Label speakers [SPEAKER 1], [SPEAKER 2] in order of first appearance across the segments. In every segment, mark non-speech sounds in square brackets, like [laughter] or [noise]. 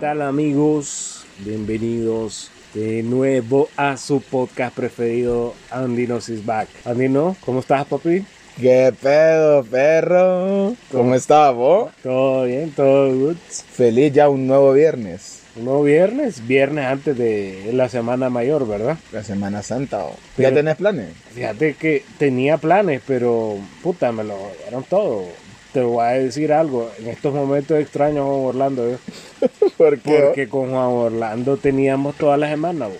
[SPEAKER 1] tal amigos? Bienvenidos de nuevo a su podcast preferido, Andinos is back. Andino, ¿cómo estás papi?
[SPEAKER 2] ¿Qué pedo, perro? ¿Cómo estás vos?
[SPEAKER 1] Todo bien, todo good.
[SPEAKER 2] Feliz ya un nuevo viernes.
[SPEAKER 1] Un nuevo viernes, viernes antes de la semana mayor, ¿verdad?
[SPEAKER 2] La Semana Santa. ¿o?
[SPEAKER 1] Pero-
[SPEAKER 2] ¿Ya
[SPEAKER 1] [laughs]
[SPEAKER 2] tenés planes?
[SPEAKER 1] Fíjate que tenía planes, pero puta, me lo dieron todo. Te voy a decir algo, en estos momentos extraños con Orlando, ¿eh?
[SPEAKER 2] ¿Por qué?
[SPEAKER 1] porque con Juan Orlando teníamos toda la semana, bo.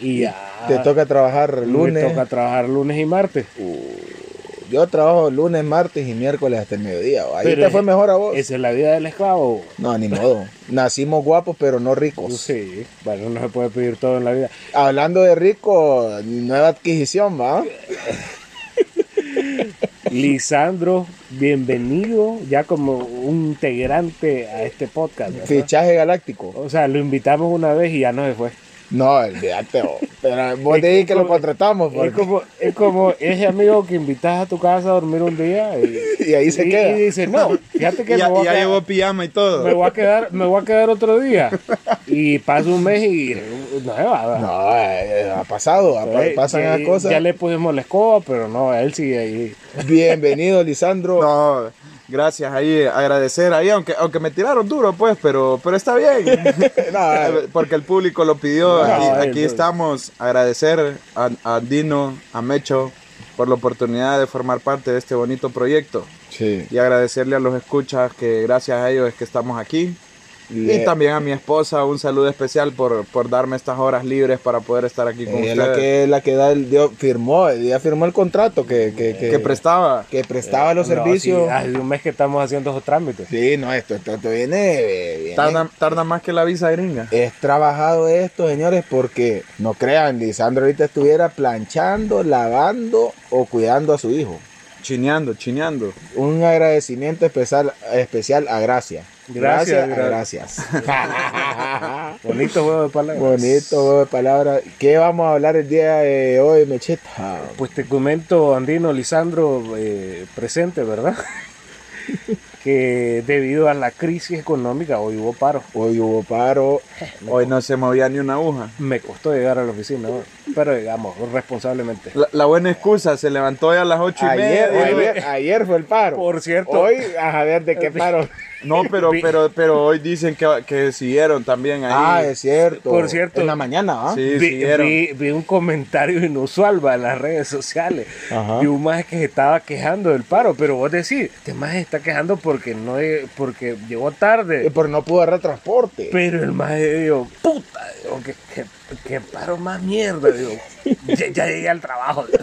[SPEAKER 1] y ya
[SPEAKER 2] Te toca trabajar lunes.
[SPEAKER 1] Ah, me toca trabajar lunes y martes.
[SPEAKER 2] Uh, yo trabajo lunes, martes y miércoles hasta el mediodía. ¿o? Ahí
[SPEAKER 1] Pero
[SPEAKER 2] te
[SPEAKER 1] es-
[SPEAKER 2] fue mejor a vos.
[SPEAKER 1] Esa es la vida del esclavo.
[SPEAKER 2] No, ni modo. Nacimos guapos, pero no ricos.
[SPEAKER 1] Sí, bueno, no se puede pedir todo en la vida.
[SPEAKER 2] Hablando de rico, nueva adquisición, ¿va?
[SPEAKER 1] Lisandro, bienvenido ya como un integrante a este podcast. ¿verdad?
[SPEAKER 2] Fichaje galáctico.
[SPEAKER 1] O sea, lo invitamos una vez y ya no se fue.
[SPEAKER 2] No, olvídate. vos.
[SPEAKER 1] [laughs]
[SPEAKER 2] Pero vos
[SPEAKER 1] Es
[SPEAKER 2] decís que lo
[SPEAKER 1] como-
[SPEAKER 2] contratamos.
[SPEAKER 1] Es
[SPEAKER 2] porque-
[SPEAKER 1] como, es como ese amigo que invitas a tu casa a dormir un día y,
[SPEAKER 2] [laughs] Y ahí se
[SPEAKER 1] y-
[SPEAKER 2] queda.
[SPEAKER 1] y dice, no, fíjate
[SPEAKER 2] [laughs]
[SPEAKER 1] que
[SPEAKER 3] Y ya,
[SPEAKER 1] me, voy
[SPEAKER 3] ya
[SPEAKER 1] a
[SPEAKER 3] llevó
[SPEAKER 1] quedar,
[SPEAKER 3] pijama y todo.
[SPEAKER 1] me voy a quedar, me voy a quedar otro día. Y pasa un mes y no se va. ¿verdad?
[SPEAKER 2] No, eh, ha pasado, ha-
[SPEAKER 1] Entonces,
[SPEAKER 2] pasan
[SPEAKER 1] ya-
[SPEAKER 2] las cosas.
[SPEAKER 1] Ya le pusimos la escoba, pero no, él sigue ahí.
[SPEAKER 2] Bienvenido, Lisandro.
[SPEAKER 3] No, gracias ahí, agradecer ahí, aunque, aunque me tiraron duro pues, pero, pero está bien.
[SPEAKER 2] [laughs] No, eh.
[SPEAKER 3] Porque el público lo pidió, aquí,
[SPEAKER 1] No,
[SPEAKER 3] aquí
[SPEAKER 1] el-
[SPEAKER 3] estamos, agradecer a, a Dino, a Mecho, por la oportunidad de formar parte de este bonito proyecto
[SPEAKER 2] sí.
[SPEAKER 3] y agradecerle a los escuchas que gracias a ellos es que estamos aquí.
[SPEAKER 2] Le-
[SPEAKER 3] Y también a mi esposa, un saludo especial por, por darme estas horas libres para poder estar aquí con
[SPEAKER 2] Eh, la que,
[SPEAKER 3] ustedes.
[SPEAKER 2] la que da el, dio- firmó, ya firmó el contrato que, que, que,
[SPEAKER 3] que prestaba.
[SPEAKER 2] que prestaba los
[SPEAKER 1] No,
[SPEAKER 2] servicios.
[SPEAKER 1] sí, ah. hace un mes que estamos haciendo esos
[SPEAKER 2] [laughs]
[SPEAKER 1] trámites.
[SPEAKER 2] Sí, no, esto, esto, esto viene, eh, viene-
[SPEAKER 3] Tarda, tarda más que la visa gringa.
[SPEAKER 2] Es trabajado esto, señores, porque no crean, Lisandro ahorita estuviera planchando, lavando o cuidando a su hijo.
[SPEAKER 3] Chineando, chineando.
[SPEAKER 2] Un agradecimiento especial, especial a Gracia.
[SPEAKER 1] Gracias,
[SPEAKER 2] gracias. a gracias.
[SPEAKER 1] Bonito juego de palabras.
[SPEAKER 2] Bonito juego de palabras. ¿Qué vamos a hablar el día de hoy, Mecheta?
[SPEAKER 1] Pues te comento, Andino, Lisandro, eh, presente, ¿verdad?
[SPEAKER 2] [laughs]
[SPEAKER 1] que debido a la crisis económica hoy hubo paro.
[SPEAKER 2] Hoy hubo paro.
[SPEAKER 3] Hoy no se movía ni una aguja.
[SPEAKER 1] Me costó llegar a la oficina, ¿no? pero digamos, responsablemente.
[SPEAKER 3] La, la buena excusa, se levantó ya a las ocho y
[SPEAKER 2] Ayer,
[SPEAKER 3] media.
[SPEAKER 2] ayer, ayer fue el paro.
[SPEAKER 1] Por cierto.
[SPEAKER 2] Hoy, a ver de
[SPEAKER 3] [laughs]
[SPEAKER 2] qué paro.
[SPEAKER 3] No, pero, pero, pero hoy dicen que, que siguieron también ahí.
[SPEAKER 2] Ah, es cierto.
[SPEAKER 1] Por cierto.
[SPEAKER 2] En la mañana, ¿ah?
[SPEAKER 3] Sí.
[SPEAKER 1] Vi,
[SPEAKER 3] siguieron.
[SPEAKER 1] vi- vi un comentario inusual va, en las redes sociales
[SPEAKER 2] Ajá.
[SPEAKER 1] de un más que se estaba quejando del paro, pero vos decís, este más está quejando porque no lle- porque llegó
[SPEAKER 2] Eh,
[SPEAKER 1] tarde.
[SPEAKER 2] Pero no pudo agarrar transporte.
[SPEAKER 1] Pero el más digo, puta, digo, que, que- que paro más mierda, digo, ya, ya llegué al trabajo. [laughs] digo.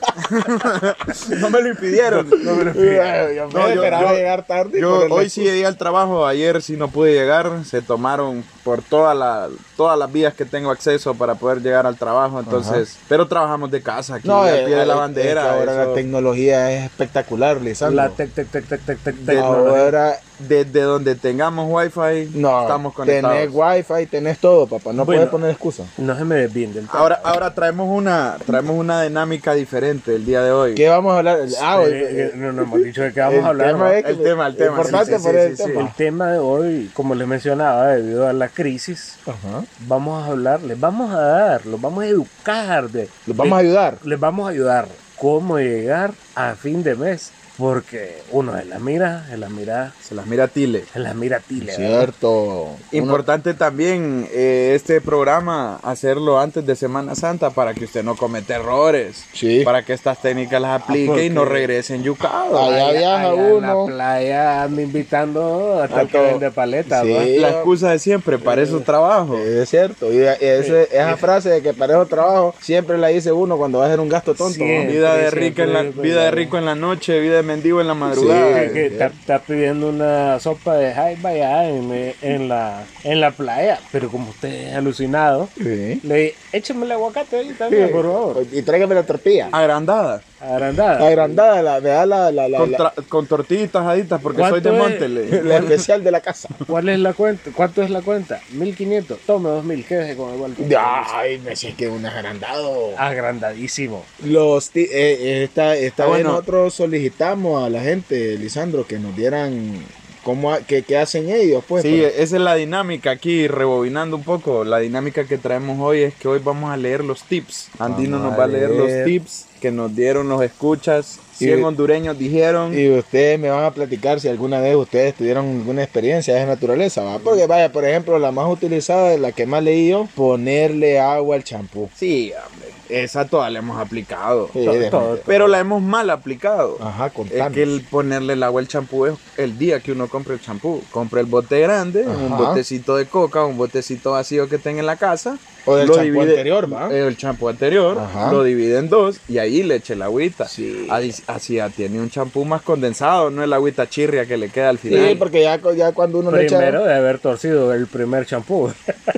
[SPEAKER 3] [laughs] No me
[SPEAKER 2] [laughs]
[SPEAKER 3] lo impidieron.
[SPEAKER 2] Ay, yo me
[SPEAKER 3] No, yo-
[SPEAKER 2] esperaba
[SPEAKER 3] yo-
[SPEAKER 2] llegar tarde. y
[SPEAKER 3] Yo
[SPEAKER 2] ponerle
[SPEAKER 3] hoy sí llegué al trabajo, ayer sí no pude llegar, se tomaron por toda la, todas las vías que tengo acceso para poder llegar al trabajo, entonces, pero trabajamos de casa aquí,
[SPEAKER 2] No,
[SPEAKER 3] al
[SPEAKER 2] eh,
[SPEAKER 3] pie de la
[SPEAKER 2] eh,
[SPEAKER 3] bandera.
[SPEAKER 2] es que ahora
[SPEAKER 3] eso.
[SPEAKER 2] la tecnología es espectacular, Lisandro.
[SPEAKER 1] La tec, tec, tec, tec, tec, tec, tec, no,
[SPEAKER 2] ahora,
[SPEAKER 3] Desde donde tengamos wifi,
[SPEAKER 2] no,
[SPEAKER 3] estamos conectados.
[SPEAKER 2] tenés wifi, tenés todo, papá.
[SPEAKER 1] Bueno.
[SPEAKER 2] No puedes poner excusa.
[SPEAKER 1] no se me desvíen del tema.
[SPEAKER 3] Ahora, ahora traemos una, traemos una dinámica diferente el día de hoy.
[SPEAKER 2] ¿Qué vamos a hablar? Ah, hoy-
[SPEAKER 1] Eh, eh, no, no hemos dicho de qué vamos a hablar.
[SPEAKER 2] tema
[SPEAKER 1] ¿no?
[SPEAKER 2] es que-
[SPEAKER 3] El tema, el tema,
[SPEAKER 2] Importante
[SPEAKER 3] sí, sí,
[SPEAKER 2] por
[SPEAKER 3] sí,
[SPEAKER 2] el
[SPEAKER 3] sí, sí.
[SPEAKER 2] tema.
[SPEAKER 1] El tema de hoy, como les mencionaba, debido a la crisis,
[SPEAKER 2] Ajá.
[SPEAKER 1] vamos a hablar, les vamos a dar, los vamos a educar, de,
[SPEAKER 2] Los
[SPEAKER 3] Eh,
[SPEAKER 2] vamos a ayudar.
[SPEAKER 1] les vamos a ayudar cómo llegar a fin de mes, porque uno se las mira, se las mira,
[SPEAKER 3] Se las mira Tile.
[SPEAKER 1] se las mira a ti, le da.
[SPEAKER 2] Cierto.
[SPEAKER 3] Importante también eh, este programa hacerlo antes de Semana Santa para que usted no cometa errores.
[SPEAKER 2] Sí.
[SPEAKER 3] Para que estas técnicas las aplique
[SPEAKER 1] Ah, porque-
[SPEAKER 3] y no regresen yucados.
[SPEAKER 2] Allá viaja
[SPEAKER 1] en
[SPEAKER 2] uno.
[SPEAKER 1] la playa anda invitando hasta
[SPEAKER 2] A
[SPEAKER 1] el que
[SPEAKER 2] todo.
[SPEAKER 1] vende paleta,
[SPEAKER 2] Sí.
[SPEAKER 1] ¿va?
[SPEAKER 3] La excusa de siempre, para eso
[SPEAKER 1] Eh,
[SPEAKER 3] trabajo.
[SPEAKER 1] pues.
[SPEAKER 2] Es cierto. Y ese- esa frase de que parejo trabajo siempre la dice uno cuando va a hacer un gasto tonto.
[SPEAKER 1] Sí.
[SPEAKER 2] ¿no?
[SPEAKER 3] Vida de,
[SPEAKER 1] siempre,
[SPEAKER 3] rica en la,
[SPEAKER 1] siempre,
[SPEAKER 3] vida de
[SPEAKER 1] claro.
[SPEAKER 3] rico en la noche, vida de mendigo en la madrugada.
[SPEAKER 1] Que- que está, está pidiendo una sopa de jaiba allá en, en la, en la playa, pero como usted es alucinado,
[SPEAKER 2] Sí.
[SPEAKER 1] le dije, échame el aguacate ahí también, por favor. Ah.
[SPEAKER 2] Y tráigame la tortilla.
[SPEAKER 3] Agrandada.
[SPEAKER 1] Agrandada.
[SPEAKER 2] Agrandada, la, me da la, la, la-
[SPEAKER 3] Con,
[SPEAKER 2] la-
[SPEAKER 3] tra- con tortillitas aditas porque soy de
[SPEAKER 1] ¿Cuánto es?
[SPEAKER 2] [laughs]
[SPEAKER 3] Montele.
[SPEAKER 2] la especial de la casa.
[SPEAKER 1] ¿Cuál es la cuenta? ¿Cuánto es la cuenta? 1500. Tome 2000, quédese con el vuelto.
[SPEAKER 2] Ay, me sé que un agrandado.
[SPEAKER 1] Ah. Agrandadísimo.
[SPEAKER 2] Los ti- eh, eh, esta, esta
[SPEAKER 3] Ah,
[SPEAKER 2] vez
[SPEAKER 3] bueno.
[SPEAKER 2] nosotros solicitamos a la gente, Lisandro, que nos dieran ¿Cómo ha- qué, qué hacen ellos? Pues,
[SPEAKER 3] sí,
[SPEAKER 2] Porque-
[SPEAKER 3] esa es la dinámica aquí, rebobinando un poco. La dinámica que traemos hoy es que hoy vamos a leer los tips. Andino
[SPEAKER 2] Vamos
[SPEAKER 3] nos
[SPEAKER 2] a
[SPEAKER 3] va a leer
[SPEAKER 2] leer.
[SPEAKER 3] los tips que nos dieron los escuchas.
[SPEAKER 2] Y-
[SPEAKER 3] 100 hondureños dijeron.
[SPEAKER 2] Y ustedes me van a platicar si alguna vez ustedes tuvieron alguna experiencia de esa naturaleza, ¿va? Porque vaya, por ejemplo, la más utilizada, la que más leí yo, ponerle agua al champú.
[SPEAKER 3] sí, hombre, esa toda la hemos aplicado.
[SPEAKER 2] Sí,
[SPEAKER 1] Todo-
[SPEAKER 2] de-
[SPEAKER 1] todo-
[SPEAKER 3] Pero la hemos mal aplicado.
[SPEAKER 2] Eh, Ajá,
[SPEAKER 3] Es
[SPEAKER 2] contanos.
[SPEAKER 3] que el ponerle el agua al champú es el día que uno compra el champú. Compra el bote grande, un
[SPEAKER 2] Ajá.
[SPEAKER 3] botecito de coca, un botecito vacío que tenga en la casa.
[SPEAKER 2] O del
[SPEAKER 3] lo
[SPEAKER 2] champú anterior, ¿va?
[SPEAKER 3] eh, El champú anterior,
[SPEAKER 2] Ajá.
[SPEAKER 3] lo divide en dos y ahí le eche la agüita.
[SPEAKER 2] Sí.
[SPEAKER 3] Así, así ya tiene un champú más condensado, no el agüita chirria que le queda al final.
[SPEAKER 2] Sí, porque ya, co- ya cuando uno le echa...
[SPEAKER 1] Primero de haber torcido el primer champú.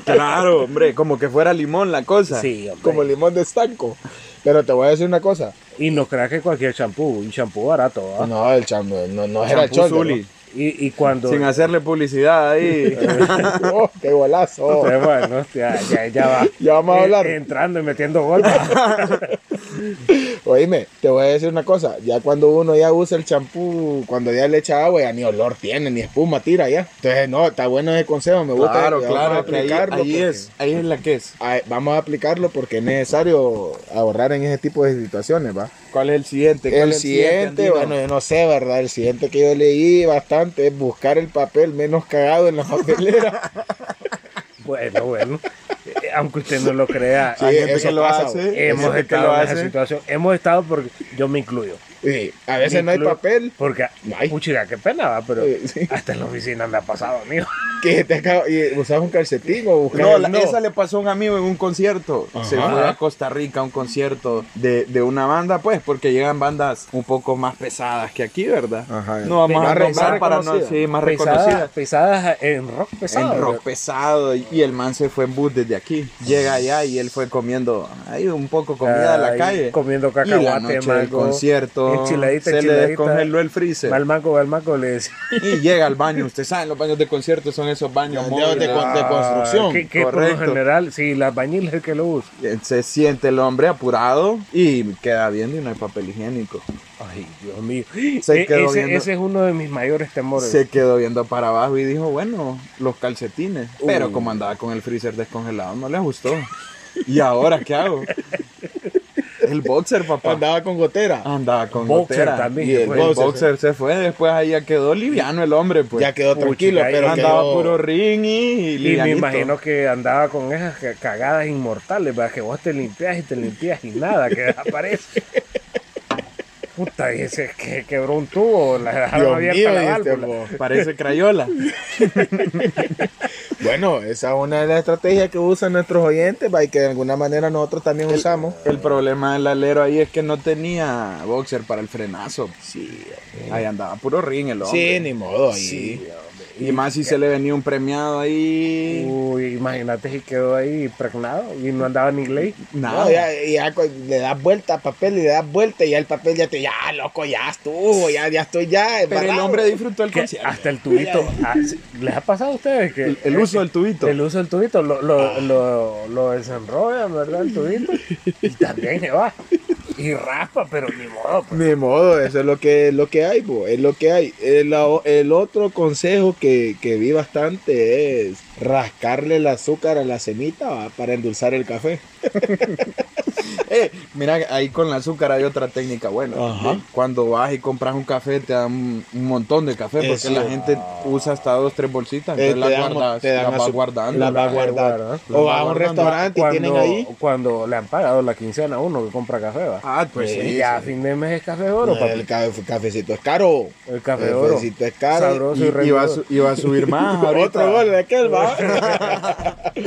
[SPEAKER 3] Claro, hombre, como que fuera limón la cosa.
[SPEAKER 1] [laughs] Sí, hombre.
[SPEAKER 2] Como limón de estanco. Pero te voy a decir una cosa.
[SPEAKER 1] Y no creas que cualquier champú, un champú barato. ¿ah?
[SPEAKER 2] No, el champú, no, no era el chol.
[SPEAKER 3] Champú Zuli,
[SPEAKER 1] Y, y cuando...
[SPEAKER 3] sin hacerle publicidad ahí.
[SPEAKER 2] [laughs] Oh, qué golazo.
[SPEAKER 1] [laughs] Entonces, bueno, ya, ya, ya va.
[SPEAKER 2] Ya vamos a
[SPEAKER 1] Eh,
[SPEAKER 2] hablar.
[SPEAKER 1] Entrando y metiendo golpes.
[SPEAKER 2] Oíme, te voy a decir una cosa, ya cuando uno ya usa el champú, cuando ya le echa agua, ya ni olor tiene, ni espuma tira ya. Entonces, no, está bueno ese consejo, me gusta.
[SPEAKER 3] claro,
[SPEAKER 2] vamos a
[SPEAKER 3] claro, que ahí,
[SPEAKER 2] aplicarlo
[SPEAKER 3] ahí
[SPEAKER 2] porque-
[SPEAKER 3] es, ahí es la que es.
[SPEAKER 2] Ah, vamos a aplicarlo porque es necesario ahorrar en ese tipo de situaciones, ¿va?
[SPEAKER 3] ¿Cuál es el siguiente? ¿Cuál
[SPEAKER 2] El
[SPEAKER 3] es
[SPEAKER 2] siguiente,
[SPEAKER 3] Andino?
[SPEAKER 2] bueno, yo no sé, ¿verdad? El siguiente que yo leí bastante es buscar el papel menos cagado
[SPEAKER 3] [laughs]
[SPEAKER 2] en la papelera.
[SPEAKER 1] [laughs] Bueno, bueno. Eh, Aunque usted no lo crea,
[SPEAKER 2] Sí,
[SPEAKER 3] Hay gente
[SPEAKER 2] eso
[SPEAKER 3] que lo
[SPEAKER 2] pasa,
[SPEAKER 3] hace,
[SPEAKER 2] güey.
[SPEAKER 3] hay
[SPEAKER 1] hemos
[SPEAKER 3] gente que
[SPEAKER 1] estado
[SPEAKER 3] lo
[SPEAKER 1] en esa
[SPEAKER 3] hace.
[SPEAKER 1] situación. Hemos estado porque yo me incluyo.
[SPEAKER 2] Sí, a veces
[SPEAKER 1] Me
[SPEAKER 2] no hay
[SPEAKER 1] incluyo
[SPEAKER 2] papel.
[SPEAKER 1] Porque,
[SPEAKER 2] No hay.
[SPEAKER 1] puchiga, qué pena, va, pero
[SPEAKER 2] Sí, sí.
[SPEAKER 1] hasta en la oficina me ha pasado, amigo.
[SPEAKER 2] Que te acabo- y usas un calcetín o buscas
[SPEAKER 3] No,
[SPEAKER 2] el-
[SPEAKER 3] la- esa le pasó a un amigo en un concierto.
[SPEAKER 2] Ajá.
[SPEAKER 3] Se fue a Costa Rica a un concierto de, de una banda, pues, porque llegan bandas un poco más pesadas que aquí, ¿verdad?
[SPEAKER 2] Ajá.
[SPEAKER 3] No vamos
[SPEAKER 2] Más
[SPEAKER 3] a
[SPEAKER 2] re-
[SPEAKER 3] nombrar
[SPEAKER 2] más
[SPEAKER 3] para no
[SPEAKER 2] reconocidas.
[SPEAKER 3] sí, más
[SPEAKER 1] Pesadas,
[SPEAKER 3] reconocidas.
[SPEAKER 1] pesadas en rock pesado.
[SPEAKER 3] En rock pesado y y el man se fue en bus desde aquí. Llega allá y él fue comiendo ahí un poco comida de la
[SPEAKER 1] Ay,
[SPEAKER 3] calle.
[SPEAKER 1] comiendo
[SPEAKER 3] y la
[SPEAKER 1] cacahuate,
[SPEAKER 3] noche del
[SPEAKER 1] mango,
[SPEAKER 3] concierto
[SPEAKER 1] enchiladita,
[SPEAKER 3] se le
[SPEAKER 1] enchiladita.
[SPEAKER 3] descongeló el freezer
[SPEAKER 1] Mal manco, mal manco, le decía.
[SPEAKER 3] y llega al baño. Ustedes saben, los baños de concierto son esos baños
[SPEAKER 2] Los dedos de
[SPEAKER 3] móviles.
[SPEAKER 2] con- de construcción.
[SPEAKER 1] Que, que Ah, por lo
[SPEAKER 3] correcto.
[SPEAKER 1] general, sí, las bañiles el que lo usa.
[SPEAKER 3] eh, Se siente el hombre apurado y queda viendo y no hay papel higiénico.
[SPEAKER 1] Ay, Dios mío.
[SPEAKER 3] Se
[SPEAKER 1] E-
[SPEAKER 3] quedó
[SPEAKER 1] ese,
[SPEAKER 3] viendo-
[SPEAKER 1] ese es uno de mis mayores temores.
[SPEAKER 3] Se quedó viendo para abajo y dijo, bueno, los calcetines. Pero
[SPEAKER 1] Uh.
[SPEAKER 3] como andaba con el freezer descongelado, no le gustó. ¿Y ahora qué hago? El boxer, papá. Andaba,
[SPEAKER 2] Andaba con gotera.
[SPEAKER 3] Ah, con
[SPEAKER 1] Boxer
[SPEAKER 3] gotera.
[SPEAKER 1] también,
[SPEAKER 3] Y el
[SPEAKER 1] pues.
[SPEAKER 3] boxer, se fue. Después ahí ya quedó liviano el hombre, pues.
[SPEAKER 2] ya quedó
[SPEAKER 1] Pucha,
[SPEAKER 2] tranquilo,
[SPEAKER 1] ahí
[SPEAKER 2] pero
[SPEAKER 3] andaba
[SPEAKER 2] quedó-
[SPEAKER 3] puro ring y, y
[SPEAKER 1] Y me
[SPEAKER 3] livianito.
[SPEAKER 1] imagino que andaba con esas ca- cagadas inmortales, ¿verdad? Que vos te limpias y te limpias y nada, que
[SPEAKER 3] [laughs]
[SPEAKER 1] desaparece. Puta, y ese que quebró un tubo, la dejaron
[SPEAKER 2] Dios
[SPEAKER 1] abierta
[SPEAKER 2] mío, este
[SPEAKER 1] la
[SPEAKER 3] este
[SPEAKER 2] dijiste,
[SPEAKER 1] válvula.
[SPEAKER 2] vos.
[SPEAKER 3] Parece crayola.
[SPEAKER 2] Bueno, esa es una de las estrategias que usan nuestros oyentes va, y que de alguna manera nosotros también usamos.
[SPEAKER 3] El problema del alero ahí es que no tenía boxer para el frenazo. Sí. Ahí andaba puro ring el hombre.
[SPEAKER 2] Sí, ni modo. ahí.
[SPEAKER 1] Sí,
[SPEAKER 3] Y más si se le venía un premiado ahí.
[SPEAKER 1] Uy, imagínate si quedó ahí impregnado y no andaba ni ley.
[SPEAKER 3] Nada.
[SPEAKER 2] No, ya, ya co- le das vuelta al papel y le das vuelta y ya el papel ya te, ya loco, ya estuvo, ya, ya estoy ya.
[SPEAKER 3] Pero el
[SPEAKER 2] embalado.
[SPEAKER 3] hombre disfrutó el
[SPEAKER 1] Que
[SPEAKER 3] concierto.
[SPEAKER 1] hasta el tubito. ah, sí, ¿Les ha pasado a ustedes que eh,
[SPEAKER 3] El, el uso del tubito.
[SPEAKER 1] El uso del tubito, lo, lo, lo, lo desenrollan, ¿verdad? El tubito. Y también se va. Y raspa, pero ni modo. pues.
[SPEAKER 2] Ni modo, eso es lo que, lo que hay, bo, es lo que hay. El, la- el otro consejo que, que vi bastante es rascarle el azúcar a la semita va, para endulzar el café.
[SPEAKER 3] [laughs] Eh, mira, ahí con el azúcar hay otra técnica buena.
[SPEAKER 2] Ajá.
[SPEAKER 3] Cuando vas y compras un café, te dan un, un montón de café porque
[SPEAKER 2] Eso.
[SPEAKER 3] la gente usa hasta dos, tres bolsitas.
[SPEAKER 2] Eh,
[SPEAKER 3] Entonces
[SPEAKER 2] te
[SPEAKER 3] las
[SPEAKER 2] dan-
[SPEAKER 3] guardas,
[SPEAKER 2] te dan
[SPEAKER 3] las vas
[SPEAKER 2] azúcar.
[SPEAKER 3] guardando.
[SPEAKER 2] Las vas guardando.
[SPEAKER 1] guardando.
[SPEAKER 2] O vas a un
[SPEAKER 3] Guardando.
[SPEAKER 2] restaurante y tienen ahí.
[SPEAKER 1] cuando le han pagado la quincena a uno que compra café, ¿va?
[SPEAKER 3] Ah, pues sí.
[SPEAKER 1] y ya a fin de mes es café de oro, papi.
[SPEAKER 2] El ca- cafecito es caro.
[SPEAKER 1] El café de oro.
[SPEAKER 2] cafecito es caro.
[SPEAKER 1] Sabroso y,
[SPEAKER 3] Y, y va a
[SPEAKER 1] rendidor.
[SPEAKER 3] su- y va a subir [laughs] más. ahorita.
[SPEAKER 2] Otro gol de aquel, va. [laughs]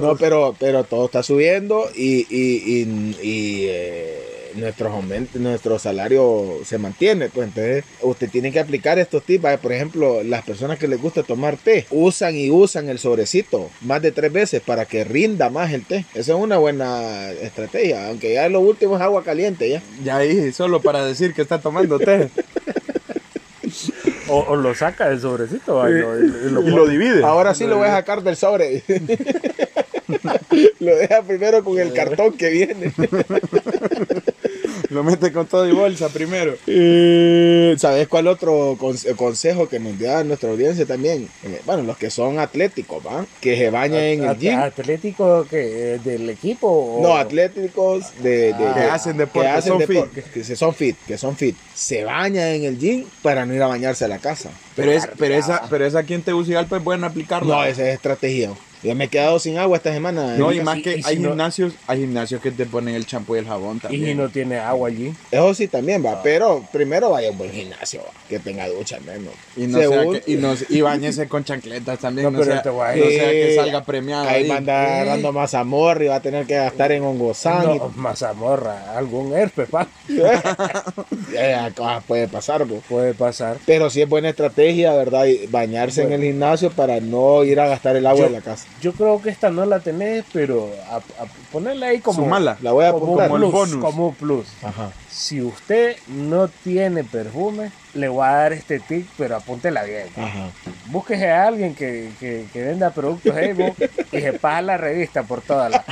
[SPEAKER 2] no, pero, pero todo está subiendo y, y, y, y, eh, nuestros aumentos, nuestro salario se mantiene. Pues entonces, usted tiene que aplicar estos tips. ¿vale? Por ejemplo, las personas que les gusta tomar té usan y usan el sobrecito más de tres veces para que rinda más el té. Esa es una buena estrategia, aunque ya lo último es agua caliente. ya
[SPEAKER 3] Ya ahí, solo para decir que está tomando [laughs] té.
[SPEAKER 1] o, o lo saca del sobrecito, ¿va? Y lo, y lo- y lo
[SPEAKER 3] [laughs] Y lo
[SPEAKER 1] pone.
[SPEAKER 3] divide.
[SPEAKER 2] Ahora sí lo voy a sacar del sobre. [laughs] [laughs] lo deja primero con el cartón que viene.
[SPEAKER 3] Lo mete con todo y bolsa primero.
[SPEAKER 2] Eh, ¿Sabes cuál otro conse- consejo que nos da nuestra audiencia también? Eh, Bueno, los que son atléticos, ¿va? Que se bañen en el
[SPEAKER 1] At-
[SPEAKER 2] gym.
[SPEAKER 1] ¿Atlético que, del equipo? o-
[SPEAKER 2] No, atléticos de, de-
[SPEAKER 1] Ah.
[SPEAKER 2] de-
[SPEAKER 3] oh. Que hacen deporte,
[SPEAKER 2] que hacen
[SPEAKER 3] son
[SPEAKER 2] depor-
[SPEAKER 3] fit.
[SPEAKER 2] Que se- son fit, que son fit. Se bañan en el gym para no ir a bañarse a la casa.
[SPEAKER 3] Pero, es, pero, esa, pero esa aquí en Tegucigalpa es bueno aplicarla.
[SPEAKER 2] No, esa es estrategia. Yo me he quedado sin agua esta semana.
[SPEAKER 3] No,
[SPEAKER 2] Eh,
[SPEAKER 3] y más
[SPEAKER 1] y-
[SPEAKER 3] que
[SPEAKER 1] y si
[SPEAKER 3] hay
[SPEAKER 1] no-
[SPEAKER 3] gimnasios, hay gimnasios que te ponen el champú y el jabón también.
[SPEAKER 1] Y no tiene agua allí.
[SPEAKER 2] Eso sí también
[SPEAKER 3] Ah.
[SPEAKER 2] va, pero primero vaya a un buen gimnasio, va, que tenga ducha al menos.
[SPEAKER 3] Y no sea
[SPEAKER 2] Según-
[SPEAKER 3] que- y, no- y bañese con chancletas también.
[SPEAKER 1] No,
[SPEAKER 3] No,
[SPEAKER 1] pero
[SPEAKER 3] sea,
[SPEAKER 1] te voy a
[SPEAKER 3] no sea que
[SPEAKER 2] Eh,
[SPEAKER 3] salga premiado.
[SPEAKER 2] Ahí
[SPEAKER 3] ahí. Eh.
[SPEAKER 2] manda agarrando más amor y va a tener que gastar en hongozán.
[SPEAKER 1] No, mazamorra, algún herpes, pa,
[SPEAKER 2] y- Eh, cosas puede pasar, pues.
[SPEAKER 1] puede pasar.
[SPEAKER 2] Pero sí es buena estrategia, ¿verdad? Y Bañarse en el gimnasio para no ir a gastar el agua
[SPEAKER 1] Yo-
[SPEAKER 2] en la casa.
[SPEAKER 1] Yo creo que esta no la tenés, pero a, a ponerla ahí como,
[SPEAKER 3] Sumala,
[SPEAKER 2] La voy a
[SPEAKER 1] como, un
[SPEAKER 2] apuntar.
[SPEAKER 3] Como el
[SPEAKER 1] plus,
[SPEAKER 3] bonus.
[SPEAKER 1] como un plus.
[SPEAKER 2] Ajá.
[SPEAKER 1] Si usted no tiene perfume, le voy a dar este tip, pero apúntela bien.
[SPEAKER 2] Ajá.
[SPEAKER 1] Búsquese a alguien que, que- que venda productos Avon y se pasa la revista por toda
[SPEAKER 2] [laughs]
[SPEAKER 1] la,